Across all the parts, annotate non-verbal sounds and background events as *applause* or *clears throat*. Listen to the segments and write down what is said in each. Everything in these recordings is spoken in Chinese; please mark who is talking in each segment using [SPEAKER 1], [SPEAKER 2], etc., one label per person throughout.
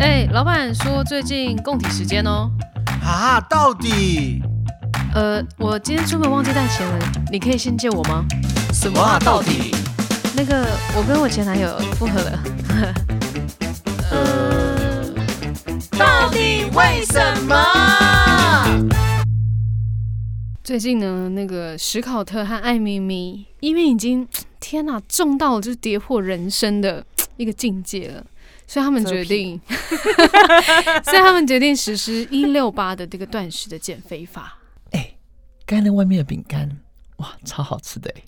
[SPEAKER 1] 哎、老板说最近供体时间哦。
[SPEAKER 2] 啊，到底
[SPEAKER 1] 呃，我今天出门忘记带钱了，你可以先借我吗？
[SPEAKER 2] 什么啊？到底？
[SPEAKER 1] 那个，我跟我前男友复合
[SPEAKER 2] *laughs*
[SPEAKER 1] 了。呃，
[SPEAKER 2] 到底为什么？
[SPEAKER 1] 最近呢，那个史考特和艾咪咪，因为已经天哪、重到我就是跌破人生的一个境界了。所以他们
[SPEAKER 2] *laughs*
[SPEAKER 1] 决定， *laughs* 所以他们决定实施一六八的这个断食的减肥法。
[SPEAKER 3] 哎，刚才那外面的饼干，哇，超好吃的哎！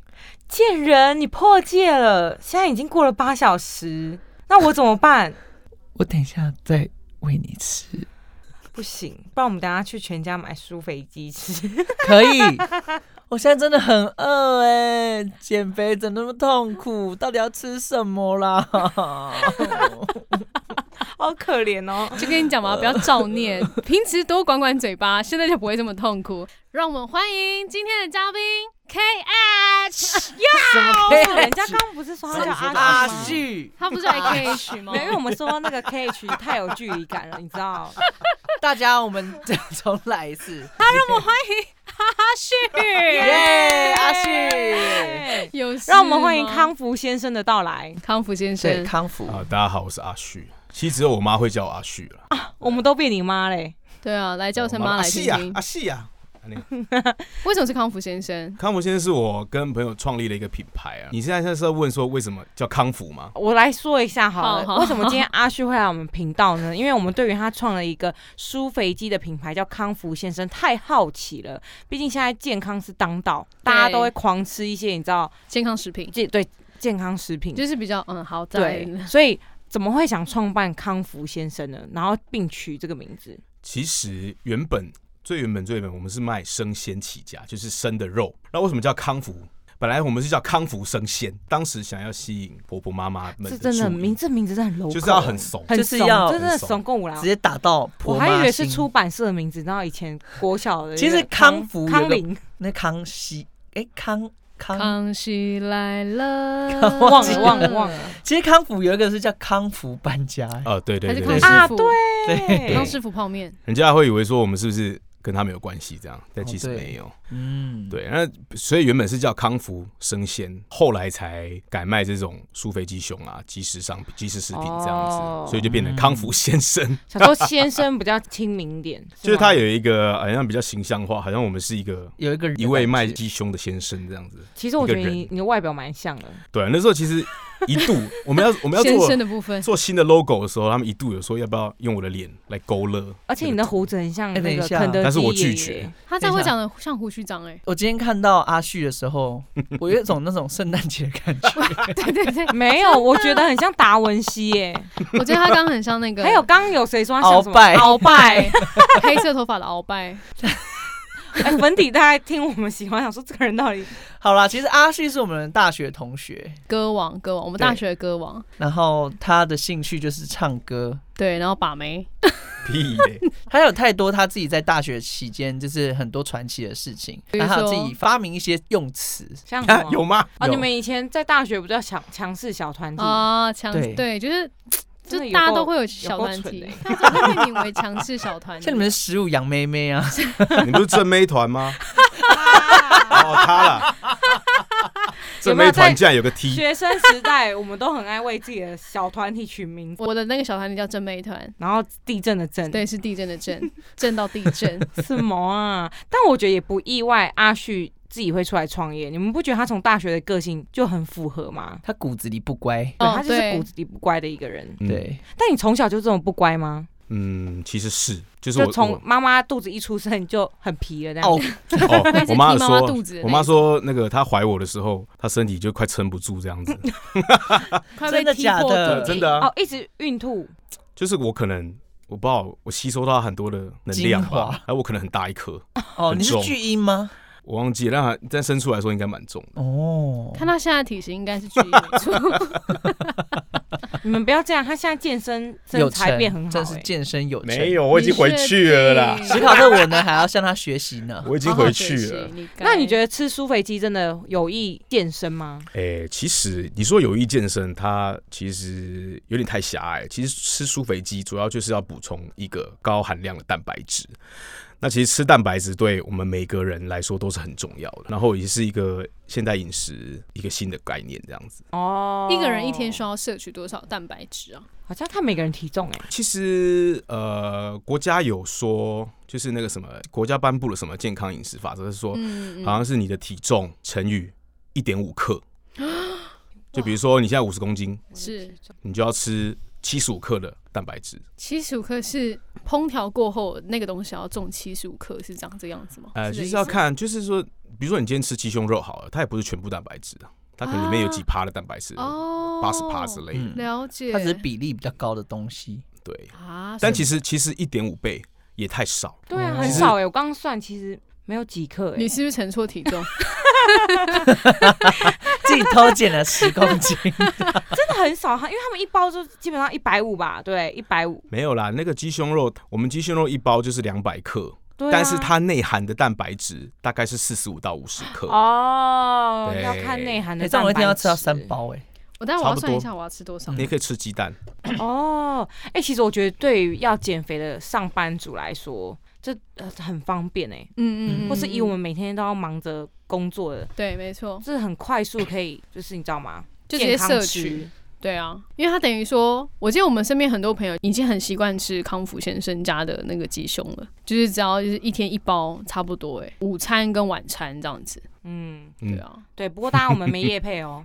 [SPEAKER 4] 贱人，你破戒了，现在已经过了八小时，那我怎么 *laughs* 办？
[SPEAKER 3] 我等一下再喂你吃，
[SPEAKER 4] 不行，不然我们等下去全家买酥肥鸡吃。
[SPEAKER 3] 可 *laughs* 以。我现在真的很饿哎，减肥怎么那么痛苦？到底要吃什么 *laughs* 啦？
[SPEAKER 4] *laughs* 好可怜哦。
[SPEAKER 1] 就跟你讲嘛，不要照念， *laughs* 平时多管管嘴巴，现在就不会这么痛苦。让我们欢迎今天的嘉宾 K H，
[SPEAKER 4] 要哦人家刚刚不是说他叫阿
[SPEAKER 2] 阿
[SPEAKER 4] 旭吗？
[SPEAKER 2] 旭，
[SPEAKER 1] 他不是 K H 吗
[SPEAKER 4] *laughs* 没？有，因为我们说那个 K H 太有距离感了，你知 *laughs* 道？
[SPEAKER 3] 大家，我们重来一次。
[SPEAKER 1] 阿旭，
[SPEAKER 3] *laughs* 耶，阿 *laughs* 旭，
[SPEAKER 4] 对
[SPEAKER 1] 有事吗
[SPEAKER 4] 让我们欢迎康福先生的到来。
[SPEAKER 1] 康福先
[SPEAKER 3] 对，
[SPEAKER 1] 生。
[SPEAKER 3] 康复。
[SPEAKER 5] 啊，大家好，我是阿旭。其实只有我妈会叫我阿旭了，
[SPEAKER 4] 我们都变你妈嘞，
[SPEAKER 1] 对啊，来叫
[SPEAKER 5] 我
[SPEAKER 1] 声
[SPEAKER 5] 妈
[SPEAKER 1] 妈
[SPEAKER 5] 阿
[SPEAKER 1] 来听
[SPEAKER 5] 旭呀啊
[SPEAKER 1] 听，
[SPEAKER 5] 阿，旭呀。那个
[SPEAKER 1] 为什么是康福先生？
[SPEAKER 5] 康福先生是我跟朋友创立了一个品牌啊。你现在是在问说为什么叫康福吗？
[SPEAKER 4] 我来说一下好了，
[SPEAKER 1] 好好
[SPEAKER 4] 为什么今天阿旭会来我们频道 *laughs* 呢？因为我们对于他创了一个酥肥鸡的品牌叫康福先生太好奇了，毕竟现在健康是当道，大家都会狂吃一些你知道
[SPEAKER 1] 健康食品，
[SPEAKER 4] 健对健康食品，
[SPEAKER 1] 就是比较嗯好在
[SPEAKER 4] 对，所以怎么会想创办康福先生呢？然后并取这个名字，
[SPEAKER 5] 其实原本最原本最原本我们是卖生鲜起家，就是生的肉。那为什么叫康福？本来我们是叫康福生鲜，当时想要吸引婆婆妈妈们
[SPEAKER 4] 这
[SPEAKER 5] 的
[SPEAKER 4] 真的
[SPEAKER 5] 注意
[SPEAKER 4] 名这名字真的很 low，
[SPEAKER 5] 就是要很怂。
[SPEAKER 4] 很
[SPEAKER 3] 就是
[SPEAKER 4] 怂
[SPEAKER 3] 要
[SPEAKER 4] 这真的
[SPEAKER 5] 很怂
[SPEAKER 4] 怂共舞啦
[SPEAKER 3] 直。接打到婆
[SPEAKER 4] 我
[SPEAKER 3] 妈
[SPEAKER 4] 还
[SPEAKER 3] 心。
[SPEAKER 4] 以为是出版社的名字，然后以前国小的那个
[SPEAKER 3] 其实康福有个
[SPEAKER 4] 康林
[SPEAKER 3] 那康熙，哎，康康，
[SPEAKER 1] 康熙来了，
[SPEAKER 4] 忘了忘了忘了
[SPEAKER 3] 其实康复有一个是叫康复搬家，哎
[SPEAKER 5] 呃，对对
[SPEAKER 1] 还是康
[SPEAKER 5] 对对
[SPEAKER 1] 师，
[SPEAKER 4] 啊，
[SPEAKER 1] 傅
[SPEAKER 3] 对
[SPEAKER 1] 康师傅泡面，
[SPEAKER 5] 人家会以为说我们是不是跟他们有关系这样，但其实
[SPEAKER 3] 哦对
[SPEAKER 5] 没有。
[SPEAKER 3] 嗯，
[SPEAKER 5] 对，那所以原本是叫康福生鲜，后来才改卖这种苏菲鸡胸啊、即食商品、即食食品这样子，
[SPEAKER 4] 哦
[SPEAKER 5] 所以就变成康福先生。
[SPEAKER 4] 想说先生比较亲民一点，
[SPEAKER 5] *laughs* 就是
[SPEAKER 4] 吗
[SPEAKER 5] 他有一个好像比较形象化，好像我们是一个
[SPEAKER 3] 有一个人
[SPEAKER 5] 一位卖鸡胸的先生这样子。
[SPEAKER 4] 其实我觉得
[SPEAKER 5] 一个人
[SPEAKER 4] 你你的外表蛮像的，
[SPEAKER 5] 对，啊那时候其实一度我们要我们要
[SPEAKER 1] 先生
[SPEAKER 5] 做
[SPEAKER 1] 的部分，
[SPEAKER 5] 做新的 logo 的时候，他们一度有说要不要用我的脸来勾勒，
[SPEAKER 4] 而且你的胡子很像
[SPEAKER 3] 哎等
[SPEAKER 4] 那
[SPEAKER 3] 一
[SPEAKER 4] 个
[SPEAKER 3] 下
[SPEAKER 4] 肯德基
[SPEAKER 5] 但是我
[SPEAKER 4] 爷爷
[SPEAKER 5] 拒绝。
[SPEAKER 1] 他这样会长得像胡须长哎，
[SPEAKER 3] 我今天看到阿旭的
[SPEAKER 5] *laughs*
[SPEAKER 3] 时候，我有一种那种圣诞节的
[SPEAKER 4] *laughs*
[SPEAKER 3] 感觉。
[SPEAKER 1] *laughs* 对对对，
[SPEAKER 4] 没有，我觉得很像达文西耶。
[SPEAKER 1] 我觉得他刚刚很像那个，
[SPEAKER 4] 还有刚刚有谁说他像什
[SPEAKER 1] *laughs*
[SPEAKER 4] 么
[SPEAKER 3] 鳌
[SPEAKER 4] *laughs*
[SPEAKER 3] 拜
[SPEAKER 4] 鳌拜，
[SPEAKER 1] 黑色头发的鳌拜，
[SPEAKER 4] 哎，粉底大家听我们喜欢，想说这个人到底
[SPEAKER 3] *laughs* 好啦，其实阿旭是我们大学同学，
[SPEAKER 1] 歌王，歌王，我们大学的歌王，
[SPEAKER 3] 然后他的兴趣就是唱歌，
[SPEAKER 1] 对，然后把妹，
[SPEAKER 5] 屁嘞、 *laughs*
[SPEAKER 3] 他有太多他自己在大学期间就是很多传奇的事情，
[SPEAKER 1] 比如
[SPEAKER 3] 然后他有
[SPEAKER 1] 说
[SPEAKER 3] 自己发明一些用词。
[SPEAKER 4] 像什
[SPEAKER 5] *laughs*
[SPEAKER 4] 么？
[SPEAKER 5] 有吗？
[SPEAKER 4] 啊，
[SPEAKER 5] 有
[SPEAKER 4] 你们以前在大学不叫强强势小团体，
[SPEAKER 1] 啊，强
[SPEAKER 3] 对
[SPEAKER 1] 对，就是就
[SPEAKER 4] 嗯真的有
[SPEAKER 1] 大家
[SPEAKER 4] 够
[SPEAKER 1] 都会有小团体
[SPEAKER 4] 有够，
[SPEAKER 1] *laughs* 他怎么会名为强势小团体
[SPEAKER 3] 像你？们十五杨妹妹啊， *laughs*
[SPEAKER 5] 你不是正妹团吗？哦，他啦，正妹团竟然有个 T，
[SPEAKER 4] *laughs* 学生时代我们都很爱为自己的小团体取名字，
[SPEAKER 1] 我的那个小团体叫正妹团，
[SPEAKER 4] 然后地震的震，
[SPEAKER 1] 对，是地震的
[SPEAKER 4] *laughs*
[SPEAKER 1] 震，震到地震。
[SPEAKER 4] 什么啊？但我觉得也不意外，阿旭自己会出来创业，你们不觉得他从大学的个性就很符合吗？
[SPEAKER 3] 他骨子里不乖。
[SPEAKER 4] 对
[SPEAKER 1] 哦
[SPEAKER 4] 他就是
[SPEAKER 1] 对
[SPEAKER 4] 骨子里不乖的一个人。
[SPEAKER 5] 嗯，
[SPEAKER 3] 对，
[SPEAKER 4] 但你从小就这么不乖吗？
[SPEAKER 5] 嗯，其实是，就是我
[SPEAKER 4] 就从
[SPEAKER 5] 我
[SPEAKER 4] 妈妈肚子一出生你就很皮了，这样
[SPEAKER 3] 哦 *laughs*
[SPEAKER 4] 子。，
[SPEAKER 5] 哦，我妈
[SPEAKER 1] 踢
[SPEAKER 5] 有
[SPEAKER 1] 妈妈
[SPEAKER 5] 说，
[SPEAKER 1] 肚 *laughs* 子的那
[SPEAKER 5] 我妈说那个她怀我的时候，她身体就快撑不住这
[SPEAKER 1] *laughs*
[SPEAKER 5] 样子，
[SPEAKER 1] 快被
[SPEAKER 3] 真的
[SPEAKER 1] 踢
[SPEAKER 3] 假
[SPEAKER 1] 破
[SPEAKER 3] 的
[SPEAKER 1] 肚
[SPEAKER 5] 真的啊，
[SPEAKER 4] 哦，一直孕吐，
[SPEAKER 5] 就是我可能我不知道我吸收到很多的能量
[SPEAKER 3] 精华
[SPEAKER 5] 吧，哎，我可能很大一颗，
[SPEAKER 3] 哦，
[SPEAKER 5] 很
[SPEAKER 3] 你是
[SPEAKER 5] 重
[SPEAKER 3] 巨婴吗？
[SPEAKER 5] 我忘记了，但但生出来的时候应该蛮重的。
[SPEAKER 3] 哦，
[SPEAKER 4] *laughs*
[SPEAKER 1] 看他现在体型应该是巨婴没错，
[SPEAKER 4] 你们不要这样，他现在健身身
[SPEAKER 3] 有
[SPEAKER 4] 材
[SPEAKER 3] 成
[SPEAKER 4] 变很好、
[SPEAKER 3] 真是
[SPEAKER 4] 欸，
[SPEAKER 3] 健身有成。
[SPEAKER 6] 没有，我已经回去了啦
[SPEAKER 1] 你，确
[SPEAKER 3] 史考特我呢还要向他学习呢。
[SPEAKER 6] 我已经
[SPEAKER 1] 好好
[SPEAKER 6] 回
[SPEAKER 1] 学
[SPEAKER 6] 去
[SPEAKER 1] 习
[SPEAKER 6] 了。
[SPEAKER 1] 该
[SPEAKER 4] 那你觉得吃苏肥鸡真的有益健身吗？
[SPEAKER 5] 哎、其实你说有益健身，它其实有点太狭隘。其实吃苏肥鸡主要就是要补充一个高含量的蛋白质。那其实吃蛋白质对我们每个人来说都是很重要的，然后也是一个现代饮食一个新的概念这样子。
[SPEAKER 4] 哦，
[SPEAKER 1] 一个人一天需要摄取多少蛋白质啊？
[SPEAKER 4] 好像看每个人体重哎、欸，
[SPEAKER 5] 其实呃，国家有说，就是那个什么，国家颁布了什么健康饮食法则，是
[SPEAKER 4] 哦
[SPEAKER 5] 说
[SPEAKER 1] 嗯，嗯
[SPEAKER 5] 好像啊是你的体重乘以一点五克。就比如说你现在五十公斤，
[SPEAKER 1] 是
[SPEAKER 5] 你就要吃七十五克的蛋白质。
[SPEAKER 4] 哦
[SPEAKER 1] 七十五克是烹调过后那个东西要重七十五克，是长这样子吗？
[SPEAKER 5] 呃，
[SPEAKER 1] 是这个意
[SPEAKER 5] 其实
[SPEAKER 1] 思
[SPEAKER 5] 要看，就是说，比如说你今天吃鸡胸肉好了，它也不是全部蛋白质啊，它可能里面有几趴的蛋白质，
[SPEAKER 1] 哦，
[SPEAKER 5] 八十趴之类的。
[SPEAKER 3] 嗯，
[SPEAKER 1] 了解，
[SPEAKER 3] 它只是比例比较高的东西。
[SPEAKER 5] 对，
[SPEAKER 1] 啊，所以
[SPEAKER 5] 但其实其实一点五倍也太少。
[SPEAKER 4] 对啊，
[SPEAKER 3] 哦
[SPEAKER 4] 很少哎、我刚刚算其实没有几克哎、
[SPEAKER 1] 你是不是乘错体
[SPEAKER 5] *laughs*
[SPEAKER 1] 重？
[SPEAKER 3] 自己偷减了十公
[SPEAKER 4] *laughs*
[SPEAKER 3] 斤，
[SPEAKER 4] 真的很少，因为他们一包就基本上一百五吧，对，一百五，
[SPEAKER 5] 没有啦，那个鸡胸肉，我们鸡胸肉一包就是两百克，
[SPEAKER 4] 对、啊，
[SPEAKER 5] 但是它内含的蛋白质大概是四十五到五十克。
[SPEAKER 4] 哦，
[SPEAKER 5] 对
[SPEAKER 4] 要看内涵的
[SPEAKER 3] 你
[SPEAKER 4] 蛋白
[SPEAKER 3] 哎这
[SPEAKER 4] 质。
[SPEAKER 3] 我一天要吃到三包哎，
[SPEAKER 1] 我待会我要
[SPEAKER 5] 差不多嗯
[SPEAKER 1] 算一下我要吃多少
[SPEAKER 5] 你。也可以吃鸡
[SPEAKER 4] *laughs*
[SPEAKER 5] 蛋，
[SPEAKER 4] 哦，哎、其实我觉得对于要减肥的上班族来说，这、呃、很方便哎、
[SPEAKER 1] 嗯嗯嗯，嗯
[SPEAKER 4] 或是以我们每天都要忙着工作的，
[SPEAKER 1] 对，没错，
[SPEAKER 4] 这很快速可以，就是你知道吗？
[SPEAKER 1] 就直接
[SPEAKER 4] 健康
[SPEAKER 1] 摄
[SPEAKER 4] 吃
[SPEAKER 1] 取。对啊，因为它等于说，我记得我们身边很多朋友已经很习惯吃康福先生家的那个鸡胸了，就是只要就是一天一包差不多、欸，哎，午餐跟晚餐这样子。
[SPEAKER 4] 嗯，
[SPEAKER 5] 嗯
[SPEAKER 1] 对啊，
[SPEAKER 4] 对。不过当然我们没夜配哦，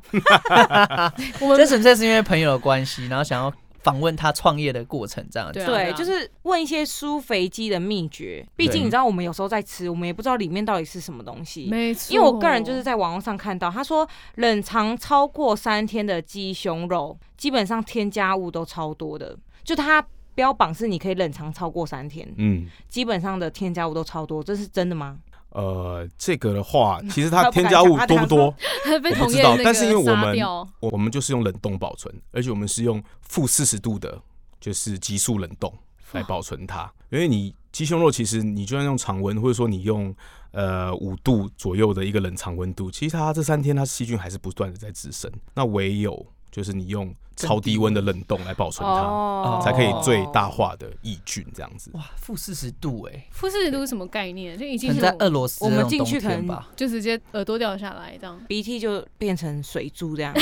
[SPEAKER 1] 我们
[SPEAKER 3] 这纯粹是因为朋友的关系，然后想要访问他创业的过程这样子。
[SPEAKER 1] *laughs* 对啊
[SPEAKER 4] 对，就是问一些酥肥鸡的秘诀。毕竟你知道，我们有时候在吃，我们也不知道里面到底是什么东西。
[SPEAKER 1] 没错，
[SPEAKER 4] 因为我个人就是在网络上看到，他说冷藏超过三天的鸡胸肉，基本上添加物都超多的，就它标榜是你可以冷藏超过三天，
[SPEAKER 5] 嗯，
[SPEAKER 4] 基本上的添加物都超多，这是真的吗？
[SPEAKER 5] 呃，这个的话，其实它
[SPEAKER 4] 他不敢
[SPEAKER 5] 添加物
[SPEAKER 4] 讲他
[SPEAKER 5] 多不多？
[SPEAKER 1] *laughs* 被
[SPEAKER 5] 我不
[SPEAKER 1] 同
[SPEAKER 5] 知
[SPEAKER 1] 业
[SPEAKER 5] 道
[SPEAKER 1] 那个
[SPEAKER 5] 但是因为我
[SPEAKER 1] 杀
[SPEAKER 5] 们
[SPEAKER 1] 掉
[SPEAKER 5] 我我们就是用冷冻保存，而且我们是用负四十度的，就是急速冷冻来保存它。因为你鸡胸肉其实你就算用常温，或者说你用呃五度左右的一个冷藏温度，其实它这三天它细菌还是不断的在滋生。那唯有就是你用超低温的冷冻来保存它，
[SPEAKER 4] 哦
[SPEAKER 5] 才可以最大。化的抑菌这样子。
[SPEAKER 3] 哇，负四十度哎，
[SPEAKER 1] 富士都是什么概念？就已
[SPEAKER 3] 可
[SPEAKER 1] 经
[SPEAKER 3] 能
[SPEAKER 1] 是
[SPEAKER 3] 在
[SPEAKER 1] 那种
[SPEAKER 3] 俄罗斯
[SPEAKER 4] 我们
[SPEAKER 3] 那种
[SPEAKER 4] 进去
[SPEAKER 3] 冬天
[SPEAKER 4] 可能
[SPEAKER 3] 吧。
[SPEAKER 1] 就直接耳朵掉下来
[SPEAKER 5] 哦
[SPEAKER 1] 这样。
[SPEAKER 4] 鼻涕就变成水珠这样，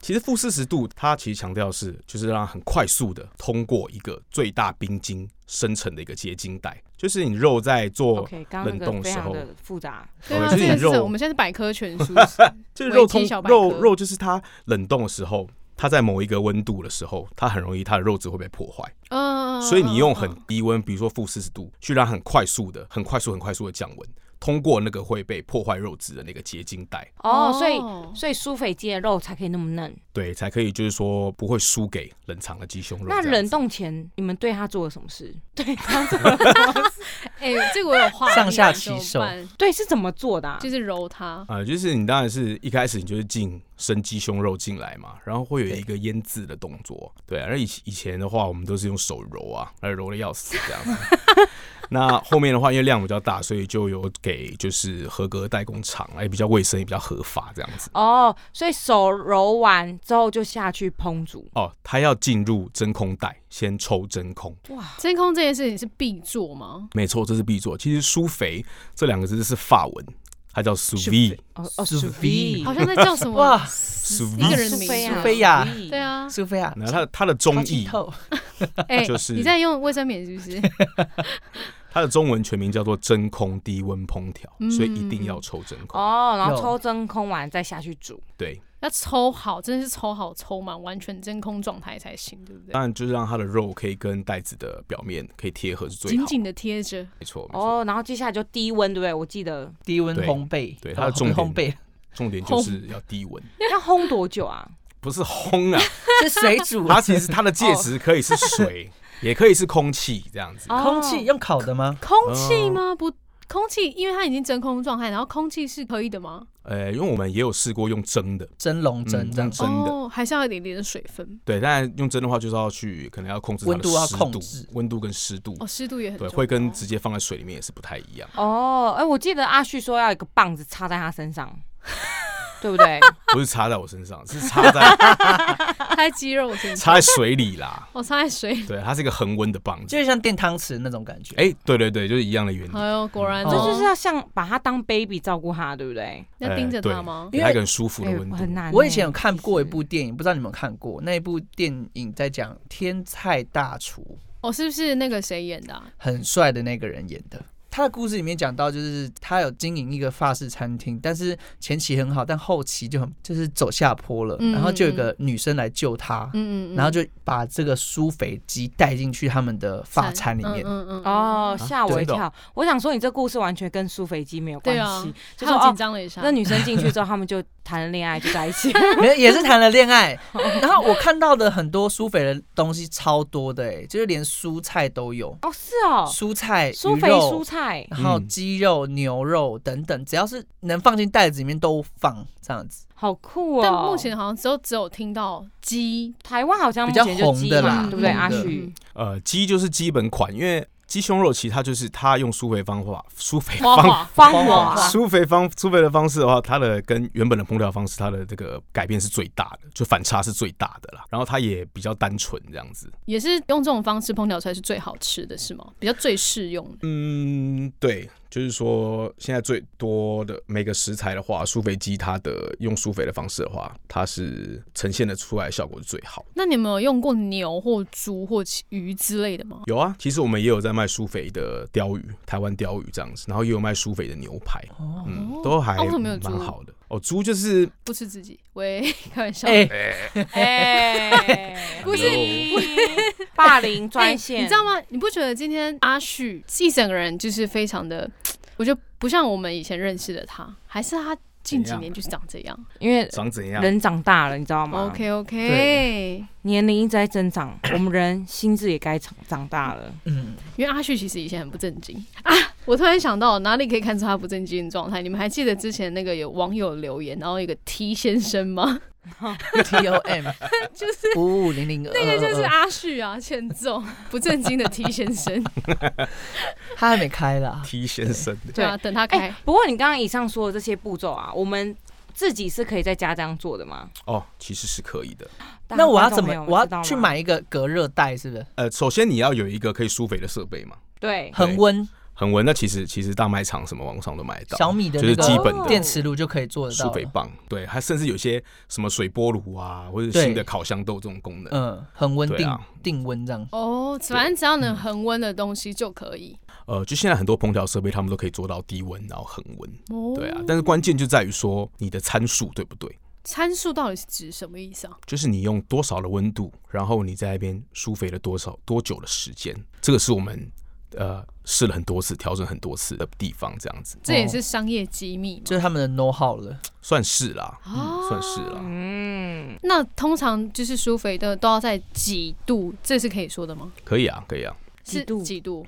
[SPEAKER 5] 其实负四十度，它其实强调是就是让它很快速的通过一个最大冰晶生成的一个结晶带，就是你肉在做
[SPEAKER 4] OK，刚刚那
[SPEAKER 5] 冷冻的
[SPEAKER 4] 个非
[SPEAKER 5] 时
[SPEAKER 4] 常
[SPEAKER 5] 候
[SPEAKER 4] 的复杂，
[SPEAKER 1] 对啊，
[SPEAKER 5] 就是
[SPEAKER 1] 这个
[SPEAKER 5] 你肉
[SPEAKER 1] 是我们现在是百科全书，
[SPEAKER 5] *laughs* 就是肉
[SPEAKER 1] 维
[SPEAKER 5] 通
[SPEAKER 1] 基小百科
[SPEAKER 5] 肉肉就是它冷冻的时候，它在某一个温度的时候，它很容易它的肉质会被破坏，
[SPEAKER 1] 嗯，
[SPEAKER 5] 所以你用很低温，比如说负四十度，去让它很快速的、很快速、很快速的降温，通过那个会被破坏肉质的那个结晶带，
[SPEAKER 1] 嗯
[SPEAKER 4] 哦，所以所以酥肥鸡的肉才可以那么嫩。
[SPEAKER 5] 对，才可以就是说不会输给冷藏的鸡胸肉这
[SPEAKER 4] 那
[SPEAKER 5] 样子。
[SPEAKER 4] 冷冻前你们对它做了什么事？对它做，
[SPEAKER 1] 哎，这个我有画面
[SPEAKER 3] 上下其
[SPEAKER 1] 怎
[SPEAKER 3] 手
[SPEAKER 1] 么办
[SPEAKER 4] *laughs* 对是怎么做的啊？
[SPEAKER 1] 就是揉
[SPEAKER 5] *laughs*
[SPEAKER 1] 它。
[SPEAKER 5] 啊、就是你当然是一开始你就是进生鸡胸肉进来嘛，然后会有一个腌制的动作，对啊。而以以前的话，我们都是用手揉啊，那揉的要死这样子。 *laughs* 那后面的话，因为量比较大，所以就有给就是合格代工厂，也比较卫生，也比较合法这样子。
[SPEAKER 4] 哦，所以手揉完之后就下去烹煮。
[SPEAKER 5] 哦，它要进入真空袋，先抽真空，
[SPEAKER 4] 哇，
[SPEAKER 1] 真空这件事情是必做吗？
[SPEAKER 5] 没错，这是必做。其实“苏肥”这两个字是法文，它叫 sous vide。
[SPEAKER 4] 哦哦
[SPEAKER 3] Sous
[SPEAKER 4] sous vide
[SPEAKER 1] 好像
[SPEAKER 5] *laughs*
[SPEAKER 1] 在叫什么？
[SPEAKER 3] 哇，
[SPEAKER 1] 嗯一个人的
[SPEAKER 4] 苏
[SPEAKER 1] 名
[SPEAKER 4] 菲
[SPEAKER 1] 字
[SPEAKER 4] 亚，苏
[SPEAKER 3] 苏菲亚
[SPEAKER 4] 菲
[SPEAKER 1] 对，啊，
[SPEAKER 3] 苏菲亚，
[SPEAKER 5] 然后它的它的中
[SPEAKER 3] 超级
[SPEAKER 5] 译，
[SPEAKER 3] 透
[SPEAKER 1] 哎，
[SPEAKER 5] 就是
[SPEAKER 1] 你在用卫生棉是不
[SPEAKER 5] *laughs*
[SPEAKER 1] 是？
[SPEAKER 5] 它的中文全名叫做真空低温烹调，
[SPEAKER 1] 嗯
[SPEAKER 5] 所以一定要抽真空。
[SPEAKER 4] 哦，然后
[SPEAKER 3] 有
[SPEAKER 4] 抽真空完再下去煮。
[SPEAKER 5] 对，
[SPEAKER 1] 要抽好，真的是抽好抽满，完全真空状态才行，对不对
[SPEAKER 5] 当？然就是让它的肉可以跟袋子的表面可以贴合是最好
[SPEAKER 1] 紧
[SPEAKER 5] 的。
[SPEAKER 1] 紧的贴着，
[SPEAKER 5] 没错，没错。
[SPEAKER 4] 哦，然后接下来就低温，对不对？我记得
[SPEAKER 3] 低温
[SPEAKER 5] 对
[SPEAKER 3] 烘焙，
[SPEAKER 5] 对
[SPEAKER 3] 哦
[SPEAKER 5] 它的重点
[SPEAKER 4] *laughs*
[SPEAKER 3] 烘焙
[SPEAKER 5] 重点就是要低温，
[SPEAKER 4] 要烘多久啊？
[SPEAKER 5] 不是烘啊，
[SPEAKER 3] 是水煮，啊
[SPEAKER 5] 它其实它的介质可以是水， *laughs* 也可以是空气这样子。
[SPEAKER 4] 哦
[SPEAKER 3] 空气用烤的吗？哦
[SPEAKER 1] 空气吗？不，空气，因为它已经真空状态，然后空气是可以的吗？
[SPEAKER 5] 呃，因为我们也有试过用蒸的，
[SPEAKER 3] 蒸笼蒸
[SPEAKER 5] 嗯
[SPEAKER 3] 这样
[SPEAKER 5] 用，蒸的，
[SPEAKER 1] 哦，还是要一点点的水分
[SPEAKER 5] 对，但用蒸的话就是要去可能要控制它
[SPEAKER 3] 温
[SPEAKER 5] 的
[SPEAKER 3] 度要
[SPEAKER 5] 湿
[SPEAKER 3] 控
[SPEAKER 5] 度
[SPEAKER 3] 制
[SPEAKER 5] 温度跟湿度
[SPEAKER 1] 哦，，湿度也很
[SPEAKER 5] 对，
[SPEAKER 1] 重
[SPEAKER 5] 会跟
[SPEAKER 1] 要 *laughs*
[SPEAKER 5] 直接放在水里面也是不太一样。
[SPEAKER 4] 哦，哎、我记得阿旭说要一个棒子插在他身上，对不对？
[SPEAKER 5] 不是插在我身上，是插在
[SPEAKER 1] 插在肌肉身上，
[SPEAKER 5] 插在水里啦。
[SPEAKER 1] 哦，插在水里。
[SPEAKER 5] 对，它是一个恒温的棒子。
[SPEAKER 3] 就像垫汤匙那种感觉。
[SPEAKER 5] 哎、对对对，就是一样的原理。
[SPEAKER 1] 哎呦，果然
[SPEAKER 3] 哦哎
[SPEAKER 4] 这
[SPEAKER 1] 哦
[SPEAKER 4] 就是要像把他当 baby 照顾他，对不对？
[SPEAKER 1] 要盯着它吗？
[SPEAKER 5] 给它一个很舒服的
[SPEAKER 4] 哎
[SPEAKER 5] 温度。
[SPEAKER 4] 很难欸、
[SPEAKER 3] 我以前有看过一
[SPEAKER 4] 其实
[SPEAKER 3] 部电影，不知道你们有看过那一部电影，在讲天菜大厨，
[SPEAKER 1] 哦，是不是那个谁演的啊？
[SPEAKER 3] 很帅的那个人演的。他的故事里面讲到，就是他有经营一个法式餐厅，但是前期很好，但后期就很就是走下坡了。
[SPEAKER 1] 嗯
[SPEAKER 3] 然后就有一个女生来救他，
[SPEAKER 1] 嗯嗯嗯，
[SPEAKER 3] 然后就把这个苏肥鸡带进去他们的法餐里面。
[SPEAKER 1] 嗯嗯嗯
[SPEAKER 5] 啊
[SPEAKER 4] 哦，吓我一
[SPEAKER 5] 真的哦
[SPEAKER 4] 跳！我想说，你这故事完全跟苏菲基没有关
[SPEAKER 1] 对啊
[SPEAKER 4] 系，就
[SPEAKER 1] 他
[SPEAKER 4] 说
[SPEAKER 1] 有
[SPEAKER 4] 哦
[SPEAKER 1] 紧，张了一 *laughs* 下。
[SPEAKER 4] 那女生进去之后，他们就谈了恋爱，就在
[SPEAKER 1] *laughs*
[SPEAKER 4] 一起。
[SPEAKER 1] 嗯
[SPEAKER 3] 没有，也是谈了恋爱。
[SPEAKER 1] 哦
[SPEAKER 3] 然后我看到的很多苏肥的东西超多的、欸，就是连蔬菜都有，
[SPEAKER 4] 哦，是哦，
[SPEAKER 3] 蔬菜、
[SPEAKER 4] 苏
[SPEAKER 3] 鱼
[SPEAKER 4] 菲
[SPEAKER 3] 肉
[SPEAKER 4] 蔬菜，
[SPEAKER 3] 然后
[SPEAKER 5] 嗯
[SPEAKER 3] 鸡肉、牛肉等等，只要是能放进袋子里面都放，这样子
[SPEAKER 4] 好酷哦。
[SPEAKER 1] 但目前好像只有只有听到鸡，嗯
[SPEAKER 4] 台湾好像目
[SPEAKER 3] 比较
[SPEAKER 4] 前就鸡
[SPEAKER 3] 红的啦嗯
[SPEAKER 4] 嘛，啊对不对？
[SPEAKER 3] 红的
[SPEAKER 4] 阿旭，
[SPEAKER 5] 呃，鸡就是基本款，因为鸡胸肉其实它就是它用苏肥方法， *laughs* 苏肥
[SPEAKER 1] 花
[SPEAKER 5] 方
[SPEAKER 1] 花
[SPEAKER 4] 芳
[SPEAKER 3] 芳
[SPEAKER 4] 华
[SPEAKER 3] 华
[SPEAKER 5] 苏肥方苏肥的方式的话，它的跟原本的烹调方式，它的这个改变是最大的，就反差是最大的啦。然后它也比较单纯这样子。
[SPEAKER 1] 也是用这种方式烹调出来是最好吃的，是吗？比较最适用的。
[SPEAKER 5] 嗯，对，就是说现在最多的每个食材的话，苏肥鸡它的用苏肥的方式的话，它是呈现的出来的效果是最好。
[SPEAKER 1] 那你们有用过牛或猪或鱼之类的吗？
[SPEAKER 5] 有啊，其实我们也有在卖苏肥的鲷鱼，台湾鲷鱼这样子，然后也有卖苏肥的牛排，
[SPEAKER 3] 哦。
[SPEAKER 5] 嗯，都还
[SPEAKER 1] 哦为什么没有猪
[SPEAKER 5] 蛮好的。哦，猪就是
[SPEAKER 1] 不吃自己？喂，开玩笑。
[SPEAKER 3] 哎、
[SPEAKER 1] *laughs*
[SPEAKER 4] 哎，
[SPEAKER 1] 不是
[SPEAKER 4] 咦霸凌专
[SPEAKER 1] 哎
[SPEAKER 4] 线，
[SPEAKER 1] 你知道吗？你不觉得今天阿旭一整个人就是非常的，我觉得不像我们以前认识的他，还是他近几
[SPEAKER 5] 怎样
[SPEAKER 1] 年就是长这样。
[SPEAKER 4] 因为
[SPEAKER 5] 长怎样？
[SPEAKER 4] 人长大了，你知道吗
[SPEAKER 1] OK
[SPEAKER 3] 对
[SPEAKER 1] OK，
[SPEAKER 4] 年龄一直在增长，我们人心智也该长长大了。
[SPEAKER 3] 嗯，
[SPEAKER 1] 因为阿旭其实以前很不正经啊。我突然想到哪里可以看出他不正经的状态？你们还记得之前那个有网友留言，然后一个 T 先生
[SPEAKER 3] *laughs* 嗯
[SPEAKER 1] 吗？
[SPEAKER 3] T O M 就是五五零零呃二，
[SPEAKER 1] 那个就是阿旭啊，欠揍不正经的 T 先
[SPEAKER 3] *laughs*
[SPEAKER 1] 生。
[SPEAKER 3] 他还没开啦。
[SPEAKER 5] T 先生 *laughs* 的，
[SPEAKER 1] 对啊，等他
[SPEAKER 4] 哎、
[SPEAKER 1] 开。
[SPEAKER 4] 不过你刚刚以上说的这些步骤啊，我们自己是可以在家这样做的吗？
[SPEAKER 5] 哦，其实是可以的。
[SPEAKER 3] 那我要怎么
[SPEAKER 4] 大家？
[SPEAKER 3] 我
[SPEAKER 4] 观众朋友们
[SPEAKER 3] 要去
[SPEAKER 4] 知道吗？
[SPEAKER 3] 买一个隔热袋，是不是？
[SPEAKER 5] 呃，首先你要有一个可以疏肥的设备嘛，
[SPEAKER 4] 对，
[SPEAKER 3] 恒温
[SPEAKER 5] 恒温。那其实其实大卖场什么网上都买得到，
[SPEAKER 3] 小米的
[SPEAKER 5] 就
[SPEAKER 3] 那
[SPEAKER 5] 是基
[SPEAKER 3] 个
[SPEAKER 5] 本
[SPEAKER 4] 哦
[SPEAKER 5] 的
[SPEAKER 3] 电磁炉就可以做得
[SPEAKER 5] 疏
[SPEAKER 3] 到
[SPEAKER 5] 肥
[SPEAKER 3] 了。
[SPEAKER 5] 棒，对，还甚至有些什么水波炉啊，或者
[SPEAKER 3] 对
[SPEAKER 5] 新的烤箱都有这种功能。
[SPEAKER 3] 嗯，恒温
[SPEAKER 5] 对
[SPEAKER 3] 定
[SPEAKER 5] 啊
[SPEAKER 3] 定温这样。
[SPEAKER 1] 哦，反正只要能恒温的东西就可以。
[SPEAKER 5] 呃，就现在很多烹调设备，他们都可以做到低温，然后恒温。
[SPEAKER 1] 哦，
[SPEAKER 5] 对啊，但是关键就在于说你的参数对不对，
[SPEAKER 1] 参数到底是指什么意思啊？
[SPEAKER 5] 就是你用多少的温度，然后你在那边疏肥了多少多久的时间，这个是我们呃试了很多次，调整很多次的地方，这样子
[SPEAKER 1] 这也是商业机密嘛。
[SPEAKER 3] 就是他们的 know how 了，
[SPEAKER 5] 算是啦，
[SPEAKER 1] 哦
[SPEAKER 5] 哦嗯，算是啦。
[SPEAKER 4] 嗯，
[SPEAKER 1] 那通常就是舒肥的都要在几度，这是可以说的吗？
[SPEAKER 5] 可以啊，可以啊，
[SPEAKER 1] 是
[SPEAKER 4] 几度
[SPEAKER 1] 几度？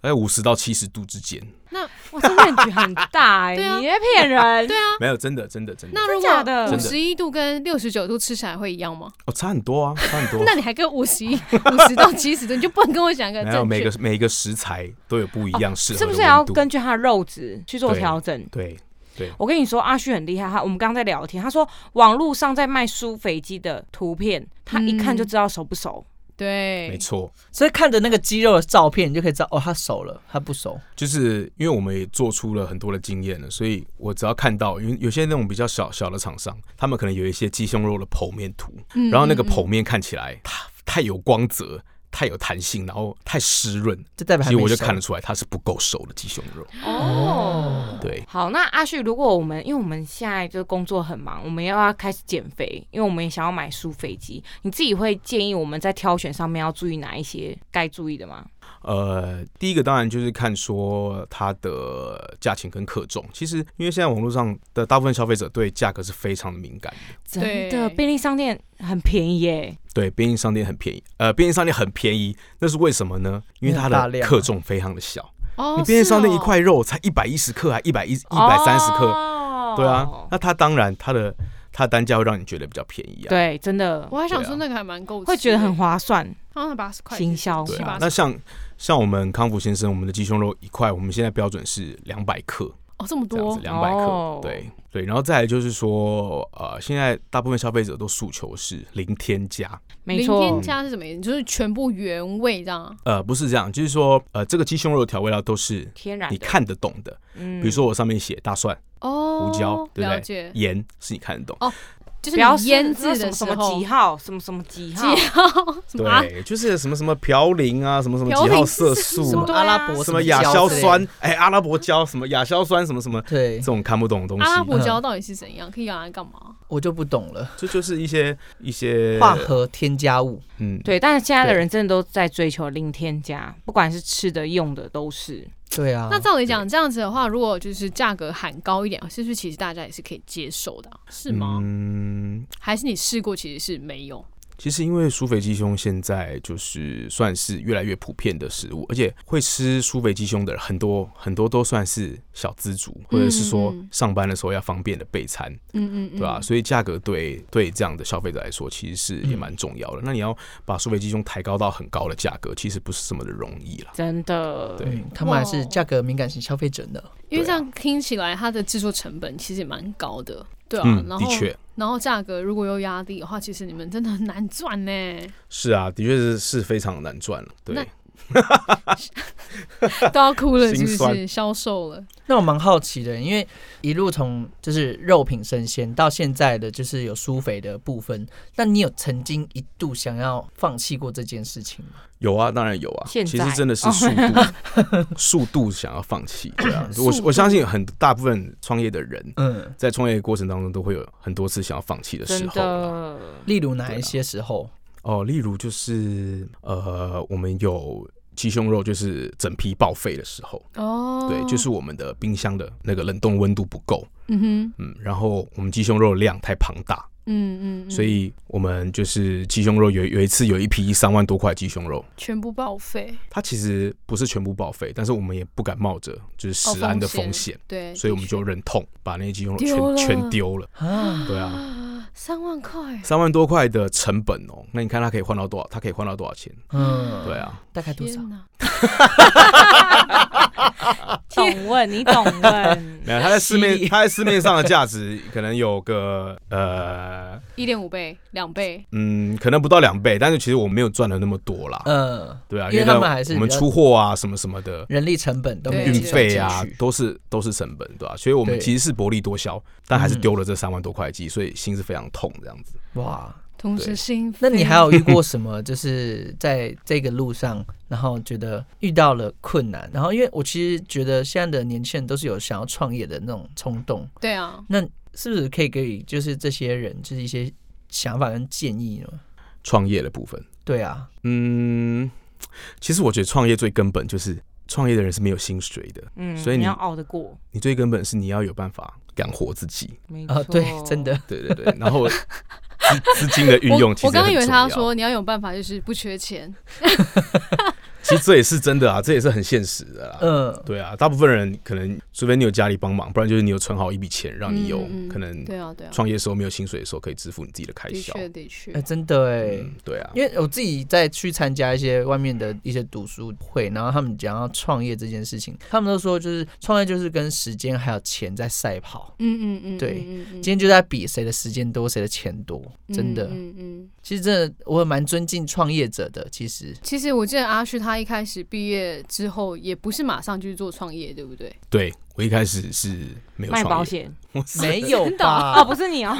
[SPEAKER 5] 在五十到七十度之间，
[SPEAKER 4] 哇，这面局很大哎、
[SPEAKER 1] 对啊
[SPEAKER 4] 你在骗人，
[SPEAKER 1] 对啊，
[SPEAKER 5] 没有，真的，真的，真的，
[SPEAKER 1] 那如
[SPEAKER 4] 真假
[SPEAKER 1] 果
[SPEAKER 4] 的
[SPEAKER 1] 五
[SPEAKER 5] 真的
[SPEAKER 1] 十一度跟六十九度吃起来会一样吗？
[SPEAKER 5] 哦，差很多啊，差很多。
[SPEAKER 1] 那你还跟五十一、五十到七十度，你就不能跟我讲一个
[SPEAKER 5] 没有
[SPEAKER 1] 正
[SPEAKER 5] 每
[SPEAKER 1] 确
[SPEAKER 5] 个？每个食材啊都有不一样适合
[SPEAKER 4] 是
[SPEAKER 5] 的
[SPEAKER 4] 不
[SPEAKER 5] 温
[SPEAKER 4] 是也要
[SPEAKER 5] 度
[SPEAKER 4] 根据他的肉质去做
[SPEAKER 5] 对
[SPEAKER 4] 调整？
[SPEAKER 5] 对
[SPEAKER 4] 我跟你说，阿旭很厉害。他我们刚刚在聊天，他说网络上在卖酥肥鸡的图片，他一
[SPEAKER 1] 嗯
[SPEAKER 4] 看就知道熟不熟。
[SPEAKER 1] 对，
[SPEAKER 5] 没错？
[SPEAKER 3] 所以看着那个鸡肉的照片，你就可以知道哦，它熟了，它不熟。
[SPEAKER 5] 就是因为我们也做出了很多的经验了，所以我只要看到，因为有些那种比较小小的厂商，他们可能有一些鸡胸肉的剖面图，
[SPEAKER 1] 嗯。
[SPEAKER 5] 然后那个
[SPEAKER 1] 嗯
[SPEAKER 5] 剖面看起来太太有光泽、太有弹性，然后太湿润，
[SPEAKER 3] 这代表
[SPEAKER 5] 其
[SPEAKER 3] 还
[SPEAKER 5] 实
[SPEAKER 3] 没
[SPEAKER 5] 我就
[SPEAKER 3] 熟
[SPEAKER 5] 看得啊出来它是不够熟的鸡胸肉。
[SPEAKER 4] 哦，
[SPEAKER 5] 对，
[SPEAKER 4] 好，那阿旭，如果我们因为我们现在就工作很忙，我们要要开始减肥，因为我们也想要买酥肥鸡，你自己会建议我们在挑选上面要注意哪一些该注意的吗？
[SPEAKER 5] 呃，第一个当然就是看说它的价钱跟克重。其实因为现在网络上的大部分消费者对价格是非常的敏感的，
[SPEAKER 4] 真的，
[SPEAKER 1] 对
[SPEAKER 4] 便利商店很便宜耶，
[SPEAKER 5] 对，便利商店很便宜，呃，便利商店很便宜，那是为什么呢？因为它
[SPEAKER 3] 因为很大
[SPEAKER 5] 的
[SPEAKER 3] 量啊
[SPEAKER 5] 克重非常的小，
[SPEAKER 1] 哦，
[SPEAKER 5] 你便利商店
[SPEAKER 1] 是哦
[SPEAKER 5] 一，块肉才一百一十克，还一百一一百三十克，
[SPEAKER 4] 哦
[SPEAKER 5] 对啊，那它当然它的它的单价会让你觉得比较便宜啊。
[SPEAKER 4] 对，真的
[SPEAKER 1] 我还想说那个还蛮够吃的，
[SPEAKER 4] 会觉得很划算，
[SPEAKER 1] 好像八十块
[SPEAKER 4] 行销
[SPEAKER 5] 对
[SPEAKER 1] 七
[SPEAKER 5] 啊
[SPEAKER 1] 八，
[SPEAKER 5] 那
[SPEAKER 1] 十
[SPEAKER 5] 像像我们康福先生，我们的鸡胸肉一块，我们现在标准是两百克
[SPEAKER 1] 哦这么
[SPEAKER 5] 这样
[SPEAKER 1] 多
[SPEAKER 5] 子，，两百克，
[SPEAKER 4] 哦
[SPEAKER 5] 对对。然后再来就是说，呃，现在大部分消费者都诉求是零添加，
[SPEAKER 4] 没
[SPEAKER 1] 零
[SPEAKER 4] 错
[SPEAKER 1] 添，加是什么意思？就是全部原味这样。啊
[SPEAKER 5] 呃，不是这样，就是说，呃，这个鸡胸肉的调味料都是
[SPEAKER 4] 天然
[SPEAKER 5] 你
[SPEAKER 4] 的。
[SPEAKER 5] 看得懂的，
[SPEAKER 4] 嗯
[SPEAKER 5] 比如说我上面写大蒜、
[SPEAKER 1] 哦，
[SPEAKER 5] 胡椒，对不
[SPEAKER 1] 了
[SPEAKER 5] 对
[SPEAKER 1] 解？，
[SPEAKER 5] 盐是你看得懂，
[SPEAKER 1] 就是
[SPEAKER 4] 不要
[SPEAKER 1] 你腌制
[SPEAKER 4] 什
[SPEAKER 1] 的
[SPEAKER 4] 么
[SPEAKER 1] 时
[SPEAKER 4] 什么
[SPEAKER 1] 候
[SPEAKER 4] 几，号，什么什么几号，
[SPEAKER 1] 号 *laughs* 什么啊？
[SPEAKER 5] 啊对，就是什么什么嘌呤啊，什么什么
[SPEAKER 1] 嘌
[SPEAKER 5] 几
[SPEAKER 1] 呤
[SPEAKER 5] 号
[SPEAKER 1] 是
[SPEAKER 5] 色
[SPEAKER 1] 什么
[SPEAKER 5] 素
[SPEAKER 4] 么
[SPEAKER 5] 啊，
[SPEAKER 4] 对啊
[SPEAKER 3] 阿拉伯
[SPEAKER 5] 什
[SPEAKER 3] 么
[SPEAKER 5] 么亚
[SPEAKER 3] 胶
[SPEAKER 5] 硝
[SPEAKER 3] 之类的
[SPEAKER 5] 酸，哎，阿拉伯胶什么亚硝酸什么什么，
[SPEAKER 3] 对
[SPEAKER 5] 这，种看不懂的东
[SPEAKER 1] 阿拉
[SPEAKER 5] 西，嗯
[SPEAKER 1] 伯啊椒到底是怎样？可以用来干嘛？
[SPEAKER 3] 我就不懂了。
[SPEAKER 5] 这就是一些一些
[SPEAKER 3] 化合添加物，
[SPEAKER 5] 嗯，
[SPEAKER 4] 对，但是现在的
[SPEAKER 5] 对
[SPEAKER 4] 人真的都在追求零添加，不管是吃的、用的都是。
[SPEAKER 3] 对啊，
[SPEAKER 1] 那照理讲，这样子的话，如果就是价格喊高一点，是不是其实大家也是可以接受的啊、是吗？
[SPEAKER 5] 嗯，
[SPEAKER 1] 还是你试过其实是没有？
[SPEAKER 5] 其实因为苏肥鸡胸现在就是算是越来越普遍的食物，而且会吃苏肥鸡胸的人很多很多都算是小资族，或者是说
[SPEAKER 1] 嗯
[SPEAKER 5] 上班的时候要方便的备餐，
[SPEAKER 1] 嗯嗯嗯，
[SPEAKER 5] 对吧、所以价格对对这样的消费者来说，其实是也蛮重要的。那你要把苏肥鸡胸抬高到很高的价格，其实不是这么的容易啦。
[SPEAKER 4] 真的，
[SPEAKER 5] 对
[SPEAKER 3] 嗯，他们还是
[SPEAKER 1] 哇
[SPEAKER 3] 价格敏感型消费者呢。
[SPEAKER 1] 因为这
[SPEAKER 5] 对啊
[SPEAKER 1] 样听起来，它的制作成本其实也蛮高的，对啊。
[SPEAKER 5] 嗯，
[SPEAKER 1] 然
[SPEAKER 5] 的
[SPEAKER 1] 后，
[SPEAKER 5] 确。
[SPEAKER 1] 然后价格如果有压力的话，其实你们真的很难赚呢。 *laughs*
[SPEAKER 5] 是啊，的确是是非常难赚了。对
[SPEAKER 1] 那，都要哭了，是
[SPEAKER 5] 心
[SPEAKER 1] 不是？
[SPEAKER 5] 酸
[SPEAKER 1] 销售了，
[SPEAKER 3] 那我蛮好奇的，因为一路从就是肉品生鲜到现在的就是有苏肥的部分，那你有曾经一度想要放弃过这件事情吗？
[SPEAKER 5] 有啊，当然有啊。
[SPEAKER 4] 现
[SPEAKER 5] 其
[SPEAKER 4] 在
[SPEAKER 5] 实真的是速度， *laughs* 速度想要放弃。对啊， *clears throat*
[SPEAKER 1] 速
[SPEAKER 5] 我
[SPEAKER 1] 度
[SPEAKER 5] 我相信很大部分创业的人
[SPEAKER 3] 嗯，
[SPEAKER 5] 在创业的过程当中都会有很多次想要放弃的时
[SPEAKER 4] 真
[SPEAKER 5] 候啦。
[SPEAKER 4] 的，
[SPEAKER 3] 例如
[SPEAKER 5] 啊
[SPEAKER 3] 哪一些时候？
[SPEAKER 5] 哦，例如就是呃，我们有鸡胸肉就是整批报废的时候，
[SPEAKER 1] 哦，
[SPEAKER 5] 对，就是，我们的冰箱的那个冷冻温度不够，
[SPEAKER 1] 嗯哼，
[SPEAKER 5] 嗯，然后我们鸡胸肉的量太庞大，
[SPEAKER 1] 嗯嗯嗯，
[SPEAKER 5] 所以我们就是鸡胸肉有有一次有一批三万多块鸡胸肉。
[SPEAKER 1] 全部报废，
[SPEAKER 5] 它其实不是全部报废，但是我们也不敢冒着就是
[SPEAKER 1] 哦
[SPEAKER 5] 食安的风险，，
[SPEAKER 1] 对，
[SPEAKER 5] 所以我们
[SPEAKER 1] 的确
[SPEAKER 5] 就忍痛把那些鸡胸肉
[SPEAKER 1] 丢了
[SPEAKER 5] 全全丢了。
[SPEAKER 3] 啊，
[SPEAKER 5] 对
[SPEAKER 1] *laughs*
[SPEAKER 5] 啊，
[SPEAKER 1] 三万块，
[SPEAKER 5] 三万多块的成本哦，那你看它可以换到多少？它可以换到多少钱？
[SPEAKER 3] 嗯，
[SPEAKER 5] 对，啊，，
[SPEAKER 3] 大概多少？
[SPEAKER 1] 天哪？
[SPEAKER 4] 懂问你懂问
[SPEAKER 5] 没有，它在市面
[SPEAKER 1] *laughs*
[SPEAKER 3] 犀利
[SPEAKER 5] 它在市面上的价值可能有个呃
[SPEAKER 1] 一点五倍、两倍，
[SPEAKER 5] 嗯，可能不到两倍，但是其实我没有赚的那么多啦。
[SPEAKER 3] 嗯，
[SPEAKER 5] 对啊，
[SPEAKER 3] 因为
[SPEAKER 5] 在
[SPEAKER 3] 他们还是
[SPEAKER 5] 我们
[SPEAKER 3] 比较
[SPEAKER 5] 出货啊什么什么的。
[SPEAKER 3] 人力成本都没有
[SPEAKER 5] 运
[SPEAKER 1] 对
[SPEAKER 5] 费啊
[SPEAKER 3] 算进，去
[SPEAKER 5] 都是都是成本，对吧、所以我们
[SPEAKER 3] 对
[SPEAKER 5] 其实是薄利多销，但还是
[SPEAKER 3] 嗯
[SPEAKER 5] 丢了这三万多块鸡，所以心是非常痛这样子。
[SPEAKER 3] 哇。
[SPEAKER 1] 同时
[SPEAKER 5] 对
[SPEAKER 1] 心
[SPEAKER 3] 那你
[SPEAKER 1] 扉
[SPEAKER 3] 还有遇过什么？就是在这个路上，然后觉得遇到了困难，然后因为我其实觉得现在的年轻人都是有想要创业的那种冲动，
[SPEAKER 1] 对啊，
[SPEAKER 3] 是不是可以给予就是这些人就是一些想法跟建议呢？
[SPEAKER 5] 创业的部分，
[SPEAKER 3] 对啊，
[SPEAKER 5] 嗯，其实我觉得创业最根本就是创业的人是没有薪水的，
[SPEAKER 4] 嗯，
[SPEAKER 5] 所以
[SPEAKER 4] 你
[SPEAKER 5] 你
[SPEAKER 4] 要熬得过，
[SPEAKER 5] 你最根本是你要有办法养活自己。
[SPEAKER 4] 没
[SPEAKER 3] 啊、
[SPEAKER 4] 错，
[SPEAKER 3] 对，
[SPEAKER 4] *laughs*
[SPEAKER 3] 真的，
[SPEAKER 5] 对对
[SPEAKER 3] *laughs*
[SPEAKER 5] 对，然后资资金的运用
[SPEAKER 1] 我
[SPEAKER 5] 其实
[SPEAKER 1] 我刚刚
[SPEAKER 5] 很
[SPEAKER 1] 以为
[SPEAKER 5] 重
[SPEAKER 1] 他要
[SPEAKER 5] 要
[SPEAKER 1] 说你要有办法，就是不缺钱，
[SPEAKER 5] 其实这也是真的啊，这也是很现实的啦。
[SPEAKER 3] 嗯、
[SPEAKER 5] 对啊，大部分人可能除非你有家里帮忙，不然就是你有存好一笔钱，让你有
[SPEAKER 1] 嗯嗯嗯
[SPEAKER 5] 可能
[SPEAKER 1] 对啊对啊，
[SPEAKER 5] 创业时候没有薪水的时候可以支付你自己的开
[SPEAKER 1] 的
[SPEAKER 5] 销。
[SPEAKER 1] 确的确
[SPEAKER 3] 哎、，真的哎、
[SPEAKER 5] 嗯，对啊，
[SPEAKER 3] 因为我自己在去参加一些外面的一些读书会，然后他们讲要创业这件事情，他们都说就是创业就是跟时间还有钱在赛跑，
[SPEAKER 1] 嗯嗯嗯，
[SPEAKER 3] 对
[SPEAKER 1] 嗯，嗯嗯
[SPEAKER 3] 今天就在比谁的时间多，谁的钱多，真的。
[SPEAKER 1] 嗯嗯嗯。
[SPEAKER 3] 其实真的，我也蛮尊敬创业者的。
[SPEAKER 4] *laughs*
[SPEAKER 3] 其实，
[SPEAKER 1] 其实我记得阿旭他一开始毕业之后，也不是马上就去做创业，对不对？
[SPEAKER 5] 对我一开始是没有
[SPEAKER 4] 卖保
[SPEAKER 5] 创业，
[SPEAKER 4] 险
[SPEAKER 5] 我是
[SPEAKER 3] 没
[SPEAKER 4] *laughs*
[SPEAKER 3] 有
[SPEAKER 4] 哦，
[SPEAKER 3] 吧？
[SPEAKER 4] 不是你哦，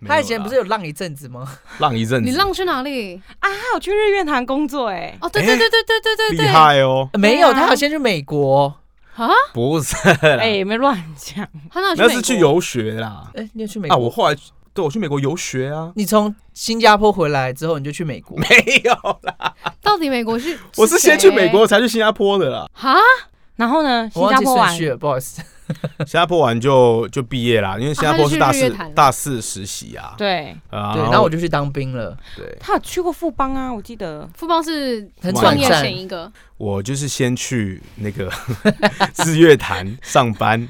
[SPEAKER 5] 没有
[SPEAKER 3] 他以前
[SPEAKER 5] 啦
[SPEAKER 3] 不是有浪一阵子吗？
[SPEAKER 5] 浪一阵子，
[SPEAKER 1] 你浪去哪里？
[SPEAKER 4] 他啊有去日月潭工作哎，
[SPEAKER 1] 哦，对对对对对对对
[SPEAKER 5] 厉
[SPEAKER 1] 对，
[SPEAKER 5] 害哦，
[SPEAKER 3] 没有，
[SPEAKER 4] 对啊
[SPEAKER 3] 他好像去美国。
[SPEAKER 1] 啊，
[SPEAKER 5] 不是啦，
[SPEAKER 4] 哎，没乱讲，
[SPEAKER 1] 他哪
[SPEAKER 5] *laughs* 那
[SPEAKER 1] 美
[SPEAKER 5] 是
[SPEAKER 1] 国
[SPEAKER 5] 去游学啦。
[SPEAKER 3] 哎，你有去美
[SPEAKER 5] 啊，
[SPEAKER 3] 国？
[SPEAKER 5] 我后来对我去美国游学啊，
[SPEAKER 3] 你从新加坡回来之后，你就去美国？
[SPEAKER 5] 没有啦，
[SPEAKER 1] 到底美国是？
[SPEAKER 5] *laughs* 我是先去美
[SPEAKER 1] 谁
[SPEAKER 5] 国才去新加坡的啦。
[SPEAKER 1] 哈，
[SPEAKER 4] 然后呢，
[SPEAKER 3] 我
[SPEAKER 4] 新
[SPEAKER 3] 忘
[SPEAKER 4] 加
[SPEAKER 3] 记
[SPEAKER 4] 坡
[SPEAKER 3] 顺
[SPEAKER 4] 玩
[SPEAKER 3] 序了，不好意思。
[SPEAKER 5] 新加坡完就就毕业啦，因为新加坡是大
[SPEAKER 1] 啊他就去日
[SPEAKER 5] 四
[SPEAKER 1] 月潭了
[SPEAKER 5] 大四实习啊。
[SPEAKER 4] 对
[SPEAKER 5] 啊，
[SPEAKER 3] 对，然后我就去当兵了。
[SPEAKER 5] 对，
[SPEAKER 4] 他有去过富邦啊，我记得
[SPEAKER 1] 富邦是
[SPEAKER 3] 很
[SPEAKER 1] 创
[SPEAKER 5] 短
[SPEAKER 1] 业
[SPEAKER 3] 暂
[SPEAKER 1] 前一个，
[SPEAKER 5] *laughs* 我就是先去那个日月潭上班，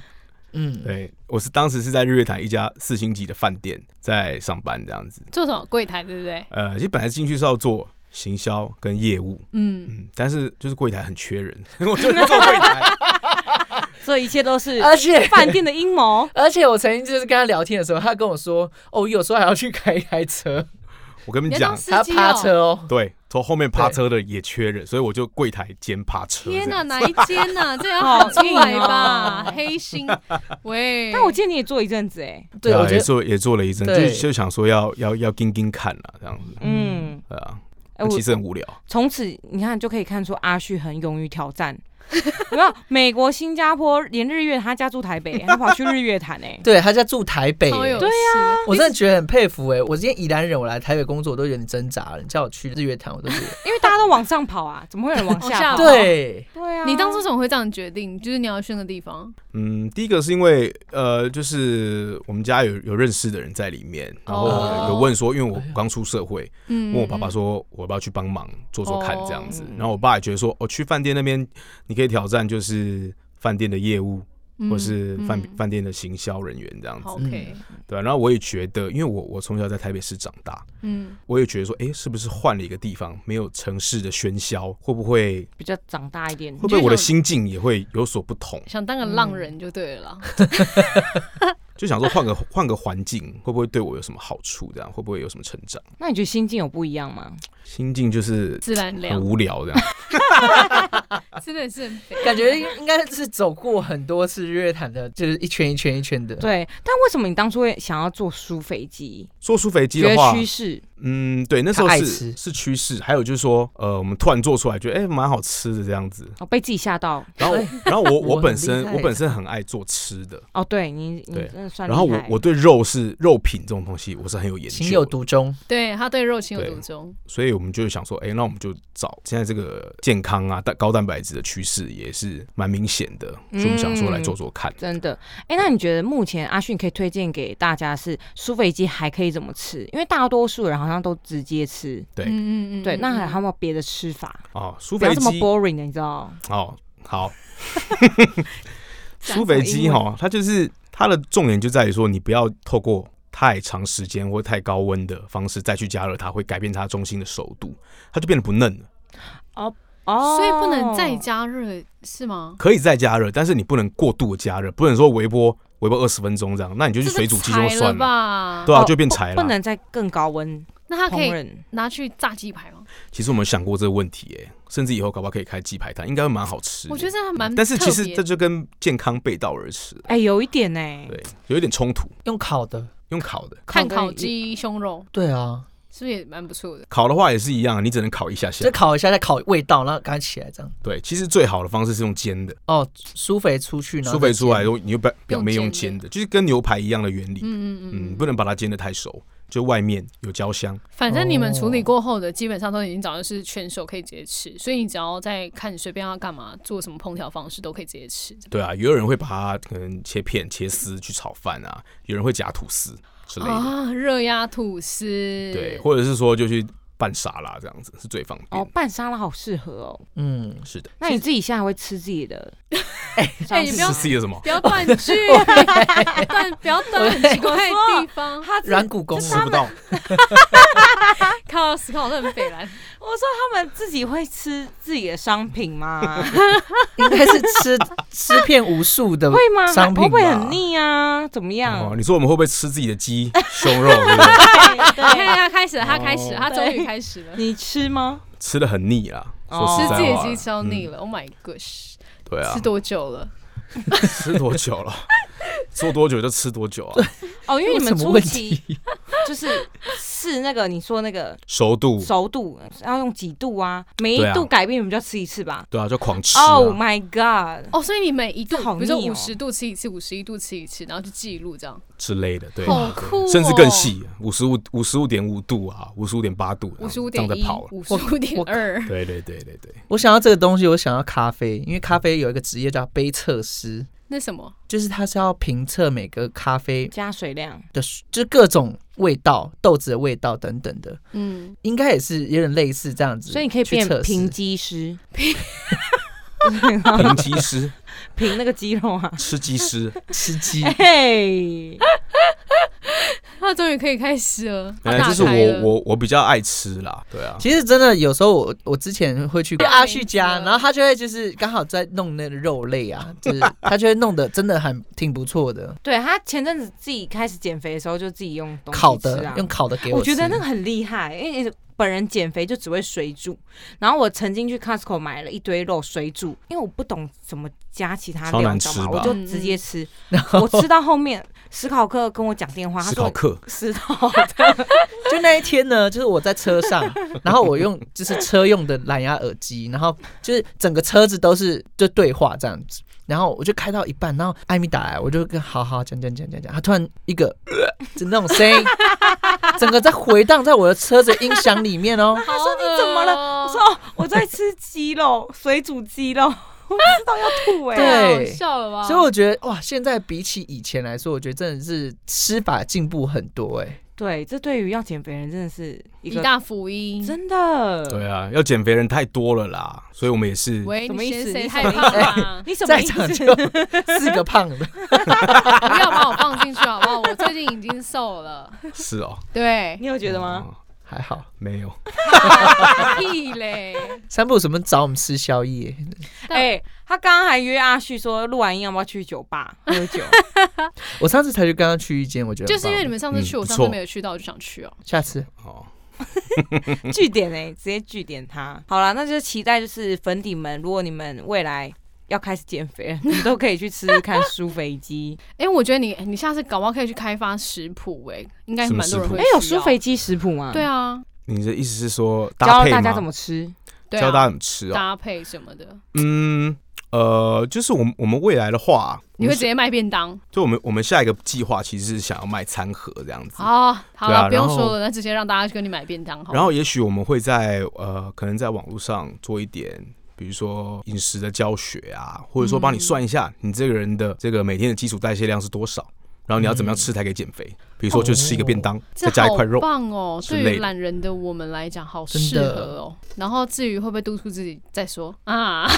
[SPEAKER 3] 嗯，
[SPEAKER 5] 对，我是当时是在日月潭一家四星级的饭店在上班这样子。
[SPEAKER 1] 做什么柜台，对不对？
[SPEAKER 5] 呃，其实本来进去是要做行销跟业务，
[SPEAKER 1] 嗯，
[SPEAKER 5] 嗯，但是就是柜台很缺人， *laughs* 我
[SPEAKER 4] *laughs*
[SPEAKER 5] 就去做柜台。
[SPEAKER 4] 这一切都是
[SPEAKER 5] 呃
[SPEAKER 3] 而且。
[SPEAKER 4] 饭店的阴谋
[SPEAKER 5] *laughs*
[SPEAKER 3] 而且我曾经就是跟他聊天的时候，他跟我说，哦，我有时候还要去开一台车，
[SPEAKER 5] 我跟你
[SPEAKER 1] 你
[SPEAKER 5] 们
[SPEAKER 1] 要
[SPEAKER 5] 讲
[SPEAKER 1] 当，司
[SPEAKER 3] 还要
[SPEAKER 1] 机
[SPEAKER 3] 趴
[SPEAKER 1] 哦。
[SPEAKER 3] 车哦。
[SPEAKER 5] 对，从后面趴车的也缺人，所以我就柜台兼趴车。
[SPEAKER 1] 天
[SPEAKER 5] 哪、
[SPEAKER 1] 哪，哪一间呐？这要喊出来吧
[SPEAKER 4] 好硬哦，
[SPEAKER 1] 黑心。喂，
[SPEAKER 4] 但我记得你也做一阵子哎、
[SPEAKER 3] 对，我觉
[SPEAKER 5] 啊也
[SPEAKER 3] 得
[SPEAKER 5] 做也做了一阵，
[SPEAKER 3] 对
[SPEAKER 5] 就就想说要要要盯盯看啦，这样子。
[SPEAKER 4] 嗯，
[SPEAKER 5] 对啊，
[SPEAKER 4] 哎、我
[SPEAKER 5] 其实很无聊。
[SPEAKER 4] 从此你看就可以看出阿旭很勇于挑战。 *laughs* 没有，美国、新加坡连日月，他家住
[SPEAKER 5] *laughs*
[SPEAKER 4] 台北，他跑去日月潭哎、
[SPEAKER 3] 对，他家住台北耶，
[SPEAKER 1] 好有
[SPEAKER 4] 对
[SPEAKER 1] 呀，
[SPEAKER 3] 我真的觉得很佩服哎、我今天宜兰人，我来台北工作，我都有点挣扎了。你叫我去日月潭，我都觉得
[SPEAKER 4] 因为大家都往上跑啊，怎么会有人往
[SPEAKER 1] 往下
[SPEAKER 4] 下
[SPEAKER 1] 跑
[SPEAKER 5] 哦
[SPEAKER 4] 跑？
[SPEAKER 3] 对，
[SPEAKER 4] 对啊，
[SPEAKER 1] 你当初怎么会这样决定？就是你要去那个地方，
[SPEAKER 5] 嗯，第一个是因为呃，就是我们家有有认识的人在里面，然后
[SPEAKER 1] 哦
[SPEAKER 5] 有问说，因为我刚出社会，
[SPEAKER 1] 嗯，
[SPEAKER 5] 问我爸爸说我要不要去帮忙做做看
[SPEAKER 1] 哦
[SPEAKER 5] 这样子，
[SPEAKER 3] 嗯
[SPEAKER 5] 然后我爸也觉得说，哦，去饭店那边你可以挑战就是饭店的业务
[SPEAKER 1] 嗯，
[SPEAKER 5] 或是饭
[SPEAKER 1] 嗯
[SPEAKER 5] 饭店的行销人员这样子，
[SPEAKER 1] 好 OK，
[SPEAKER 5] 对啊、然后我也觉得，因为我我从小在台北市长大，
[SPEAKER 1] 嗯，
[SPEAKER 5] 我也觉得说，哎，是不是换了一个地方，没有城市的喧嚣，会不会
[SPEAKER 4] 比较长大一点？
[SPEAKER 5] 会不会我的心境也会有所不同？
[SPEAKER 1] 想当个浪人就对了啦。
[SPEAKER 5] 就想说换个 *laughs* 换个环境，会不会对我有什么好处？这样会不会有什么成长？
[SPEAKER 4] 那你觉得心境有不一样吗？
[SPEAKER 5] 心境就是
[SPEAKER 1] 自然
[SPEAKER 5] 很
[SPEAKER 1] 凉，
[SPEAKER 5] 无聊这样。
[SPEAKER 1] 真的是很肥。
[SPEAKER 3] 感觉应该是走过很多次日月潭的，就是一圈一圈一圈的。
[SPEAKER 4] 对，但为什么你当初会想要做苏肥鸡？
[SPEAKER 5] 说出肥鸡
[SPEAKER 4] 觉
[SPEAKER 5] 的
[SPEAKER 4] 得
[SPEAKER 5] 话，
[SPEAKER 4] 趋势
[SPEAKER 5] 嗯，对，那时候
[SPEAKER 3] 他爱
[SPEAKER 5] 是
[SPEAKER 3] 吃
[SPEAKER 5] 是趋势，还有就是说，呃，我们突然做出来，觉得哎蛮、好吃的这样子。
[SPEAKER 4] 哦，被自己吓到
[SPEAKER 5] 然后，然后我
[SPEAKER 3] 哎我
[SPEAKER 5] 我
[SPEAKER 3] 很
[SPEAKER 5] 本
[SPEAKER 3] 厉
[SPEAKER 5] 身
[SPEAKER 3] 害
[SPEAKER 5] 我本身很爱做吃的，
[SPEAKER 4] 哦，对你你
[SPEAKER 5] 对
[SPEAKER 4] 真的算
[SPEAKER 5] 然后
[SPEAKER 4] 厉
[SPEAKER 5] 我
[SPEAKER 4] 害
[SPEAKER 5] 我对肉是肉品这种东西我是很有研
[SPEAKER 3] 情有
[SPEAKER 5] 究的，
[SPEAKER 3] 独钟，
[SPEAKER 1] 对他对肉情有
[SPEAKER 5] 对
[SPEAKER 1] 独钟，
[SPEAKER 5] 所以我们就想说，哎、那我们就找现在这个健康啊、蛋高蛋白质的趋势也是蛮明显的，所以我们想
[SPEAKER 3] 嗯
[SPEAKER 5] 说来做做看。
[SPEAKER 4] 真的，哎、那你觉得目前阿迅可以推荐给大家是苏肥鸡还可以怎么吃？因为大多数人好像都直接吃，
[SPEAKER 5] 对
[SPEAKER 1] 嗯嗯嗯，
[SPEAKER 4] 对，那还
[SPEAKER 1] 嗯
[SPEAKER 4] 还有没有别的吃法？
[SPEAKER 5] 哦，苏
[SPEAKER 4] 不要
[SPEAKER 5] 肥
[SPEAKER 4] 这么
[SPEAKER 5] 鸡
[SPEAKER 4] boring 的，你知道？
[SPEAKER 5] 哦，好，
[SPEAKER 4] 讲
[SPEAKER 5] 苏肥
[SPEAKER 4] 什么
[SPEAKER 5] 鸡
[SPEAKER 4] 英文
[SPEAKER 5] 哈，它就是它的重点就在于说，你不要透过太长时间或太高温的方式再去加热它，会改变它中心的熟度，它就变得不嫩了。
[SPEAKER 4] 哦，
[SPEAKER 1] 所以不能再加热是吗？
[SPEAKER 5] 可以再加热，但是你不能过度的加热，不能说微波微波二十分钟这样，那你就去
[SPEAKER 1] 这
[SPEAKER 5] 水煮鸡胸
[SPEAKER 1] 柴了
[SPEAKER 5] 算了，
[SPEAKER 1] 吧？
[SPEAKER 5] 对啊，
[SPEAKER 4] 哦
[SPEAKER 5] 就变柴
[SPEAKER 4] 不
[SPEAKER 5] 了。
[SPEAKER 4] 能再更高温
[SPEAKER 1] 那它可
[SPEAKER 4] 烹
[SPEAKER 1] 以
[SPEAKER 4] 饪。
[SPEAKER 1] 拿去炸鸡排吗？
[SPEAKER 5] 其实我们想过这个问题、耶，甚至以后搞不好可以开鸡排摊，应该会蛮好吃的。
[SPEAKER 1] 我觉得这还蛮特别的，
[SPEAKER 5] 但是其实这就跟健康背道而驰，
[SPEAKER 4] 哎、有一点呢、
[SPEAKER 5] 对，有一点
[SPEAKER 1] 嗯
[SPEAKER 5] 冲突。
[SPEAKER 3] 用烤的。
[SPEAKER 5] 用烤的，
[SPEAKER 1] 碳
[SPEAKER 4] 烤
[SPEAKER 1] 烤鸡胸肉
[SPEAKER 3] 对啊，
[SPEAKER 1] 是不是也蛮不错的？
[SPEAKER 5] 烤的话也是一样，啊你只能烤一下下
[SPEAKER 3] 就。烤一下，再烤味道，然后赶快起来这样。
[SPEAKER 5] 对，其实最好的方式是用煎的。
[SPEAKER 3] 哦，苏肥出去，然后
[SPEAKER 5] 苏肥
[SPEAKER 3] 再煎
[SPEAKER 5] 出来之后，你就表表面用
[SPEAKER 1] 用
[SPEAKER 5] 煎
[SPEAKER 1] 煎的
[SPEAKER 5] 的，就是跟牛排一样的原理。
[SPEAKER 1] 嗯嗯
[SPEAKER 5] 嗯，
[SPEAKER 1] 嗯，
[SPEAKER 5] 不能把它煎得太熟，就外面有焦香。
[SPEAKER 1] 反正你们
[SPEAKER 3] 哦
[SPEAKER 1] 处理过后的基本上都已经早就是全熟可以直接吃，所以你只要在看随便要干嘛做什么烹调方式都可以直接吃。
[SPEAKER 5] 对啊，也有人会把它可能切片、切丝去炒饭啊，有人会夹吐司之类的，
[SPEAKER 1] 啊，热压吐司，
[SPEAKER 5] 对，，或者是说就去拌沙拉这样子是最方便
[SPEAKER 4] 哦，
[SPEAKER 5] 的。
[SPEAKER 4] 拌沙拉好适合哦。
[SPEAKER 3] 嗯，
[SPEAKER 5] 是的，
[SPEAKER 4] 那你自己现在会吃自己
[SPEAKER 5] *laughs*
[SPEAKER 4] 的？
[SPEAKER 1] 哎你不要
[SPEAKER 5] 是 C 的什么？
[SPEAKER 1] 不要断
[SPEAKER 5] *laughs*
[SPEAKER 1] 句，断不要断很奇怪的地
[SPEAKER 5] *laughs*
[SPEAKER 1] 方。
[SPEAKER 4] 他自
[SPEAKER 3] 软骨功
[SPEAKER 5] 吃不到，
[SPEAKER 1] 靠，思考得很北蓝，
[SPEAKER 4] 我说他们自己会吃自己的商品吗？
[SPEAKER 3] 应该是 *laughs* 吃吃遍无数的
[SPEAKER 4] *laughs* 会吗？
[SPEAKER 3] 商品
[SPEAKER 4] 会不会
[SPEAKER 3] 吧
[SPEAKER 4] 很腻啊？怎么样
[SPEAKER 5] 哦，？你说我们会不会吃自己的鸡胸肉？对不对 *laughs*
[SPEAKER 4] 对
[SPEAKER 1] 看
[SPEAKER 4] 对，
[SPEAKER 1] 他开始了，他开始了，他终于开始
[SPEAKER 4] *laughs*
[SPEAKER 1] 了，
[SPEAKER 4] 你吃吗？
[SPEAKER 5] 吃的很腻啊，
[SPEAKER 4] 哦
[SPEAKER 5] 说实
[SPEAKER 1] 吃
[SPEAKER 5] 在
[SPEAKER 1] 自己的
[SPEAKER 5] 话
[SPEAKER 1] 鸡吃到腻
[SPEAKER 5] 嗯
[SPEAKER 1] 了。Oh my gosh，
[SPEAKER 5] 对啊
[SPEAKER 1] 吃，多久了？
[SPEAKER 5] 吃多久了？ *laughs* 做多久就吃多久啊？
[SPEAKER 4] 哦，因为你们
[SPEAKER 3] 有什么
[SPEAKER 4] 初
[SPEAKER 3] 问
[SPEAKER 4] 期
[SPEAKER 3] 题？
[SPEAKER 4] *laughs* 就是试那个你说那个
[SPEAKER 5] 熟度，
[SPEAKER 4] 熟度要用几度啊？每
[SPEAKER 5] 对
[SPEAKER 4] 一
[SPEAKER 5] 啊
[SPEAKER 4] 度改变，你们就要吃一次吧。
[SPEAKER 5] 对啊，就狂吃
[SPEAKER 1] 哦
[SPEAKER 5] 啊。
[SPEAKER 4] Oh my god！
[SPEAKER 1] 哦，所以你每一度
[SPEAKER 4] 这好，腻
[SPEAKER 1] 比如说
[SPEAKER 4] 哦
[SPEAKER 1] 五十度吃一次，五十一度吃一次，然后就记录这样，
[SPEAKER 5] 之类的，对，
[SPEAKER 1] 好酷哦
[SPEAKER 5] 甚至更细，五十五、五十五点五度啊，五十五点八度，
[SPEAKER 1] 五十五
[SPEAKER 5] 这
[SPEAKER 1] 点
[SPEAKER 5] 样在
[SPEAKER 1] 一
[SPEAKER 5] 跑，了。啊
[SPEAKER 1] 五十五点二，
[SPEAKER 5] 对对对对
[SPEAKER 1] *laughs*
[SPEAKER 5] 对，
[SPEAKER 3] 我想要这个东西，我想要咖啡，因为咖啡有一个职业叫杯测师，
[SPEAKER 1] 那什么？
[SPEAKER 3] 就是它是要评测每个咖啡
[SPEAKER 4] 加水量，
[SPEAKER 3] 的，就是各种味道、豆子的味道等等的，
[SPEAKER 1] 嗯，
[SPEAKER 3] 应该也是有点类似这样子去测试。
[SPEAKER 4] 所以你可以变评机师。 *laughs*
[SPEAKER 5] 评鸡师，
[SPEAKER 4] 凭那个肌肉啊。
[SPEAKER 5] 吃
[SPEAKER 1] *laughs*
[SPEAKER 5] 鸡师，
[SPEAKER 3] 吃鸡。
[SPEAKER 4] 嘿，
[SPEAKER 1] 他终于可以开始了，他
[SPEAKER 5] 哎，
[SPEAKER 1] 打
[SPEAKER 5] 这是
[SPEAKER 1] 开了
[SPEAKER 5] 我我我比较爱吃啦，对啊，
[SPEAKER 3] 其实真的有时候我我之前会去
[SPEAKER 1] 对
[SPEAKER 3] 阿旭家，
[SPEAKER 1] 没错
[SPEAKER 3] 然后他就会就是刚好在弄那个肉
[SPEAKER 4] *laughs*
[SPEAKER 3] 类啊，就是他就会弄得真的很挺不错的，
[SPEAKER 4] 对他前阵子自己开始减肥的时候，就自己用东西
[SPEAKER 3] 烤
[SPEAKER 4] 吃
[SPEAKER 3] 的
[SPEAKER 4] 啊
[SPEAKER 3] 用烤的给
[SPEAKER 4] 我
[SPEAKER 3] 吃。
[SPEAKER 4] 觉得那个很厉害，因为本人减肥就只会水煮，然后我曾经去 Costco 买了一堆肉水煮，因为我不懂怎么加其他
[SPEAKER 5] 超
[SPEAKER 4] 料，
[SPEAKER 5] 难
[SPEAKER 4] 你知道
[SPEAKER 5] 吃
[SPEAKER 4] 吗？
[SPEAKER 5] 吧
[SPEAKER 4] 我就
[SPEAKER 1] 嗯
[SPEAKER 4] 直接
[SPEAKER 5] *laughs*
[SPEAKER 4] 吃。我吃到后面，史考克跟我讲电话，他
[SPEAKER 5] 思考
[SPEAKER 4] 说
[SPEAKER 5] 课，
[SPEAKER 4] 史考克，
[SPEAKER 3] 就那一天呢，就是我在车
[SPEAKER 4] *laughs*
[SPEAKER 3] 上，然后我用就是车用的蓝牙耳机，然后就是整个车子都是就对话这样子。然后我就开到一半，然后艾米打来，我就跟好好讲讲讲讲讲，他突然一个呃就那种声音，整个在回荡在我的车子音响里面哦。
[SPEAKER 4] 他说你怎么了？我说哦，我在吃鸡肉，水煮鸡肉，我知道要吐哎、
[SPEAKER 3] 对
[SPEAKER 1] 太好笑了吧？
[SPEAKER 3] 所以我觉得哇，现在比起以前来说，我觉得真的是吃法进步很多哎、
[SPEAKER 4] 对，这对于要减肥的人真的是一
[SPEAKER 1] 一
[SPEAKER 4] 个
[SPEAKER 1] 大福音，
[SPEAKER 4] 真的。
[SPEAKER 5] 对啊，要减肥人太多了啦，所以我们也是
[SPEAKER 1] 喂，你嫌谁
[SPEAKER 4] 什么意思
[SPEAKER 1] 太胖了？
[SPEAKER 4] 你什么
[SPEAKER 3] 再
[SPEAKER 4] 意
[SPEAKER 3] 讲
[SPEAKER 4] 思
[SPEAKER 3] 就？ *laughs* 四个胖的，
[SPEAKER 1] 不要把我放进去好不好？我最近已经瘦了。
[SPEAKER 5] 是哦， *laughs*
[SPEAKER 1] 对，
[SPEAKER 4] *laughs* 你有觉得吗？
[SPEAKER 5] 哦？
[SPEAKER 3] 还好。
[SPEAKER 5] 没有，
[SPEAKER 1] 屁嘞！
[SPEAKER 3] 三步什么找我们吃宵夜、
[SPEAKER 1] 但
[SPEAKER 4] 哎、他刚刚还约阿旭说，录完音要不要去酒吧喝酒？
[SPEAKER 3] *laughs* 我上次才去刚刚去一间，我觉得
[SPEAKER 1] 就是因为你
[SPEAKER 3] 们
[SPEAKER 1] 们上次去，
[SPEAKER 5] 嗯
[SPEAKER 1] 我上
[SPEAKER 5] 不
[SPEAKER 1] 次
[SPEAKER 5] 错
[SPEAKER 1] 没有去到，我就想去哦。
[SPEAKER 3] 下次
[SPEAKER 5] 哦，
[SPEAKER 4] 据点哎、 *laughs* 直接据点他。好啦，那就期待就是粉底们，如果你们未来要开始减肥了，你们都可以去吃吃看苏肥鸡。
[SPEAKER 1] 哎，我觉得你你下次搞不好可以去开发食谱，哎，应该
[SPEAKER 5] 什么
[SPEAKER 1] 蛮多人
[SPEAKER 5] 食谱
[SPEAKER 1] 会。
[SPEAKER 4] *laughs* 哎、有苏肥，鸡食谱吗？
[SPEAKER 1] 对，啊，
[SPEAKER 5] 你的意思是说搭
[SPEAKER 4] 教
[SPEAKER 5] 配
[SPEAKER 4] 大
[SPEAKER 5] 吗？
[SPEAKER 4] 家怎么吃。
[SPEAKER 1] 对啊，
[SPEAKER 5] 教大家怎么吃哦？
[SPEAKER 1] 搭配什么的，
[SPEAKER 5] 嗯，呃，就是我们我们未来的话，
[SPEAKER 1] 你会
[SPEAKER 5] 我
[SPEAKER 1] 直
[SPEAKER 5] 们嗯
[SPEAKER 1] 接卖便当
[SPEAKER 5] 就我们我们下一个计划其实是想要卖餐盒这样子。
[SPEAKER 1] 哦，好
[SPEAKER 5] 对
[SPEAKER 1] 了，
[SPEAKER 5] 啊
[SPEAKER 1] 不用
[SPEAKER 5] 然后
[SPEAKER 1] 说了，那直接让大家去跟你买便当好了。
[SPEAKER 5] 然后也许我们会在呃，可能在网络上做一点，比如说饮食的教学啊，或者说帮你算一下你这个人的这个每天的基础代谢量是多少，然后你要怎么样吃才可以减肥。比如说就吃一个便当，
[SPEAKER 1] 这
[SPEAKER 5] 再加一块
[SPEAKER 1] 好，
[SPEAKER 5] 肉
[SPEAKER 1] 棒哦！
[SPEAKER 5] 之
[SPEAKER 1] 对
[SPEAKER 5] 类
[SPEAKER 1] 于
[SPEAKER 5] 的
[SPEAKER 1] 懒人的我们来讲，好
[SPEAKER 3] 真
[SPEAKER 1] 适
[SPEAKER 3] 的
[SPEAKER 1] 合哦。然后至于会不会督促自己，再说 *laughs* 啊。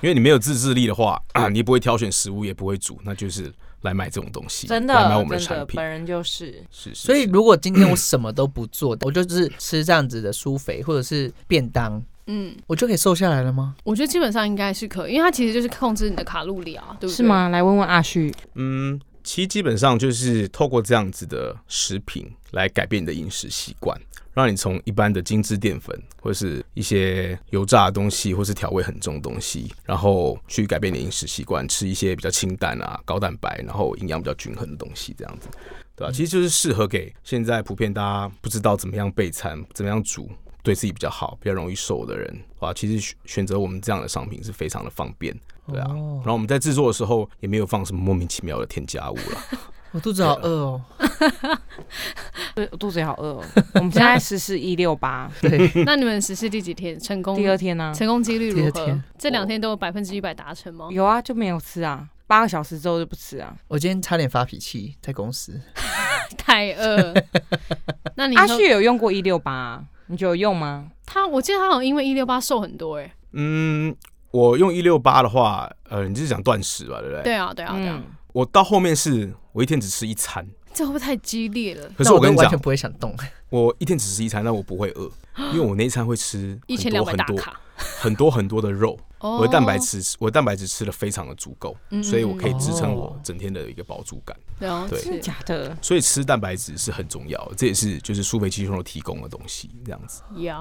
[SPEAKER 5] 因为你没有自制力的话， *clears throat* 啊，你不会挑选食物，也不会煮，那就是来买这种东西，
[SPEAKER 4] 真的
[SPEAKER 5] 来买我，们的
[SPEAKER 4] 真
[SPEAKER 5] 产
[SPEAKER 4] 的，
[SPEAKER 5] 品
[SPEAKER 4] 本。人就是
[SPEAKER 5] 是是
[SPEAKER 3] 所以
[SPEAKER 5] 是
[SPEAKER 3] 如果今天我什么都不做，我就是吃这样子的酥肥或者是便当，
[SPEAKER 1] 嗯，
[SPEAKER 3] 我就可以瘦下来了吗？
[SPEAKER 1] 我觉得基本上应该是可以，因为它其实就是控制你的卡路里啊，对不对？
[SPEAKER 4] 是？吗？来问问阿旭，
[SPEAKER 5] 嗯，其实基本上就是透过这样子的食品来改变你的饮食习惯，让你从一般的精致淀粉或是一些油炸的东西，或是调味很重的东西，然后去改变你的饮食习惯，吃一些比较清淡啊、高蛋白，然后营养比较均衡的东西，这样子。对啊，其实就是适合给现在普遍大家不知道怎么样备餐、怎么样煮，对自己比较好、比较容易瘦的人啊，其实选选择我们这样的商品是非常的方便。对啊，
[SPEAKER 3] 哦
[SPEAKER 5] 然后我们在制作的时候也没有放什么莫名其妙的添加物了。
[SPEAKER 3] 我肚子好饿哦。
[SPEAKER 4] 对，我肚子也好饿、哦。 *laughs* 我们现在实施一六 *laughs* 八，
[SPEAKER 5] 啊
[SPEAKER 3] 对，
[SPEAKER 1] 那你们实施第几天成功？
[SPEAKER 4] 第二天呢、
[SPEAKER 1] 成功几率如
[SPEAKER 3] 第二
[SPEAKER 1] 何
[SPEAKER 3] 天？
[SPEAKER 1] 这两天都有百分之一百达成吗？
[SPEAKER 4] 有啊，就没有吃啊，八个小时之后就不吃啊。
[SPEAKER 3] 我今天差点发脾气在公司，
[SPEAKER 1] 太
[SPEAKER 5] *laughs*
[SPEAKER 1] 饿。那你以后
[SPEAKER 4] 阿旭有用过一六八，啊你觉得有用吗？
[SPEAKER 1] 他，我记得他好像因为一六八瘦很多哎、
[SPEAKER 5] *laughs* 嗯，我用一六八的话，呃，你就是讲断食吧，对不对？
[SPEAKER 1] 对啊，对啊，对啊。
[SPEAKER 4] 嗯
[SPEAKER 5] 我到后面是我一天只吃一餐，
[SPEAKER 1] 这会不会太激烈了？
[SPEAKER 5] 可是
[SPEAKER 3] 那
[SPEAKER 5] 我跟
[SPEAKER 3] 都
[SPEAKER 5] 你
[SPEAKER 3] 完
[SPEAKER 5] 讲
[SPEAKER 3] 全，不会想动。
[SPEAKER 5] 我一天只吃一餐，但我不会饿，因为我那一餐会吃
[SPEAKER 1] 一千
[SPEAKER 5] 很
[SPEAKER 1] 两百
[SPEAKER 5] 多很
[SPEAKER 1] 大
[SPEAKER 5] 多
[SPEAKER 1] 卡，
[SPEAKER 5] 很多很多的肉，
[SPEAKER 1] 哦
[SPEAKER 5] 我的蛋白，质我的蛋白质吃的非常的足够，
[SPEAKER 1] 嗯
[SPEAKER 5] 所以我可以支撑我
[SPEAKER 3] 哦
[SPEAKER 5] 整天的一个饱足感。
[SPEAKER 1] 了
[SPEAKER 5] 对
[SPEAKER 4] 真的
[SPEAKER 1] 解。
[SPEAKER 4] 假的？
[SPEAKER 5] 所以吃蛋白质是很重要的，这也是就是苏肥鸡胸肉提供的东西，这样子。
[SPEAKER 1] 呀，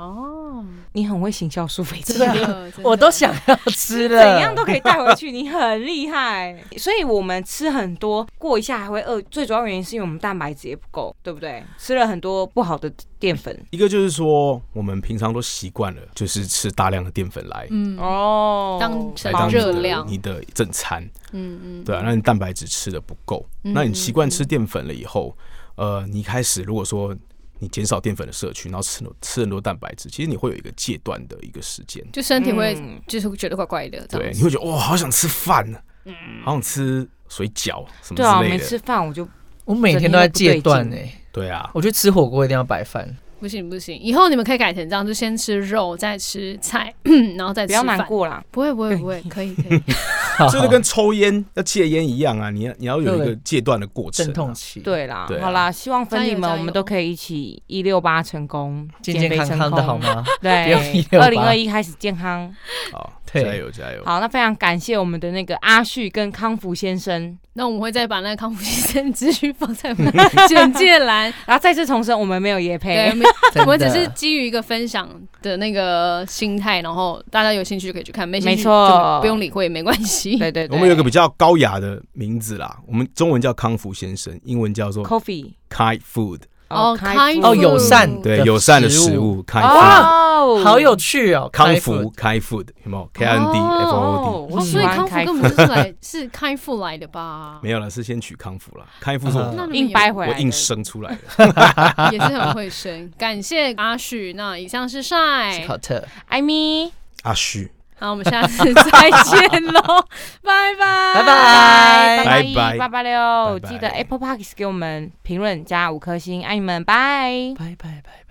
[SPEAKER 4] 你很会行销苏菲鸡，
[SPEAKER 3] 对啊
[SPEAKER 1] 真
[SPEAKER 4] *laughs*
[SPEAKER 1] 的
[SPEAKER 3] 我都想要吃了，
[SPEAKER 4] 怎样都可以带回去，你很厉害。 *laughs* 所以我们吃很多，过一下还会饿，最主要原因是因为我们蛋白质也不够，对不对？吃了很多不好的淀粉。
[SPEAKER 5] 一个就是说，我们平常都习惯了，就是吃大量的淀粉来
[SPEAKER 1] 嗯，
[SPEAKER 4] 哦
[SPEAKER 1] 当成
[SPEAKER 5] 来当你
[SPEAKER 1] 热
[SPEAKER 5] 的
[SPEAKER 1] 量
[SPEAKER 5] 你的正餐，
[SPEAKER 1] 嗯嗯，
[SPEAKER 5] 对啊，那你蛋白质吃的不够，
[SPEAKER 1] 嗯
[SPEAKER 5] 那你习惯吃淀粉了以后，呃，你开始如果说你减少淀粉的摄取，然后吃吃很多蛋白质，其实你会有一个戒断的一个时间，
[SPEAKER 1] 就身体会
[SPEAKER 4] 嗯
[SPEAKER 1] 就是觉得怪怪的，这嗯
[SPEAKER 5] 对，
[SPEAKER 1] 样
[SPEAKER 5] 你
[SPEAKER 1] 子。
[SPEAKER 5] 会觉得哇、哦好想吃饭，啊好想吃水饺什么
[SPEAKER 4] 对啊，我
[SPEAKER 5] 之
[SPEAKER 4] 没
[SPEAKER 5] 类的，
[SPEAKER 4] 吃饭我就
[SPEAKER 3] 我每天都在戒断哎、
[SPEAKER 5] 对啊，
[SPEAKER 3] 我觉得吃火锅一定要白饭，
[SPEAKER 1] 不行不行，以后你们可以改成这样，就先吃肉，再吃菜， *clears throat* 然后再
[SPEAKER 4] 不
[SPEAKER 1] 吃
[SPEAKER 4] 要
[SPEAKER 1] 饭。
[SPEAKER 4] 难过啦。
[SPEAKER 1] 不会不会不会，可以可以。
[SPEAKER 5] *laughs*
[SPEAKER 1] *laughs*
[SPEAKER 5] 这就跟抽烟要戒烟一样啊，你要你要有一
[SPEAKER 3] 啊对
[SPEAKER 5] 个戒断的过程、
[SPEAKER 3] 阵痛
[SPEAKER 5] 啊。
[SPEAKER 3] 期，，
[SPEAKER 4] 对啦，
[SPEAKER 5] 对啊
[SPEAKER 4] 好啦，希望粉底
[SPEAKER 1] 加
[SPEAKER 4] 们
[SPEAKER 1] 油
[SPEAKER 4] 我们都可以一起一六八成功，
[SPEAKER 3] 健健
[SPEAKER 4] 肥
[SPEAKER 3] 康
[SPEAKER 4] 成
[SPEAKER 3] 康的
[SPEAKER 4] 功
[SPEAKER 3] 好？吗？不要
[SPEAKER 4] *laughs* 对，
[SPEAKER 3] 168
[SPEAKER 4] 二零二一开始健康。
[SPEAKER 5] 好，
[SPEAKER 3] 对
[SPEAKER 5] 加油加油！
[SPEAKER 4] 好，那非常感谢我们的那个阿旭跟康福先生，
[SPEAKER 1] 那我们会再把那个康复先生资讯放在我
[SPEAKER 5] *laughs*
[SPEAKER 1] 们的简介
[SPEAKER 4] *laughs*
[SPEAKER 1] 栏。
[SPEAKER 4] 然后再次重申，我们没有叶
[SPEAKER 1] 对，我
[SPEAKER 4] 配，
[SPEAKER 1] 们
[SPEAKER 3] 真的
[SPEAKER 1] 我们只是基于一个分享的那个心态，然后大家有兴趣就可以去看，没兴
[SPEAKER 4] 没
[SPEAKER 1] 趣
[SPEAKER 4] 错
[SPEAKER 1] 就不用理会，也没关系。哦
[SPEAKER 4] 对对对，
[SPEAKER 5] 我们有一个比较高雅的名字啦，我们中文叫康福先生，英文叫做
[SPEAKER 4] coffee
[SPEAKER 5] Kind Food，
[SPEAKER 1] 哦
[SPEAKER 4] 开
[SPEAKER 1] 开
[SPEAKER 4] 腹
[SPEAKER 3] 哦，友善
[SPEAKER 5] 对
[SPEAKER 3] 的
[SPEAKER 5] 友善的
[SPEAKER 3] 食
[SPEAKER 5] 食物 Kind Food，
[SPEAKER 4] 嗯哦，
[SPEAKER 3] 好有趣哦，
[SPEAKER 5] 康
[SPEAKER 3] 开
[SPEAKER 5] 福
[SPEAKER 3] 腹，
[SPEAKER 5] Kind Food 有没有？K N D
[SPEAKER 4] 어,
[SPEAKER 5] F O O
[SPEAKER 4] 哦
[SPEAKER 5] D，
[SPEAKER 4] 我
[SPEAKER 1] 哦，
[SPEAKER 4] 喜
[SPEAKER 1] 所以
[SPEAKER 4] 欢
[SPEAKER 1] 康复
[SPEAKER 4] 开
[SPEAKER 1] 根
[SPEAKER 4] 腹
[SPEAKER 1] 本就是来是开腹来的吧？
[SPEAKER 5] 没有了，是先取康福啦，康福是
[SPEAKER 3] 嗯
[SPEAKER 5] 我
[SPEAKER 1] 那你们
[SPEAKER 4] 硬
[SPEAKER 1] 也
[SPEAKER 4] 掰回来
[SPEAKER 5] 我
[SPEAKER 4] 的，
[SPEAKER 5] 硬生出
[SPEAKER 4] *laughs*
[SPEAKER 5] 来的。
[SPEAKER 1] *laughs* 也是很会生。感谢阿许，那以上是晒
[SPEAKER 3] 史，考特，
[SPEAKER 4] 艾米，
[SPEAKER 5] 阿虚，
[SPEAKER 1] 好，我们下次再见喽，
[SPEAKER 5] *laughs*
[SPEAKER 1] 拜拜，
[SPEAKER 3] 拜拜。
[SPEAKER 5] 拜
[SPEAKER 4] 拜
[SPEAKER 5] 拜
[SPEAKER 4] 八八六，
[SPEAKER 5] 拜拜
[SPEAKER 4] 记得 Apple Park 给我们评论加五颗星，爱你们，拜。
[SPEAKER 3] 拜拜拜拜。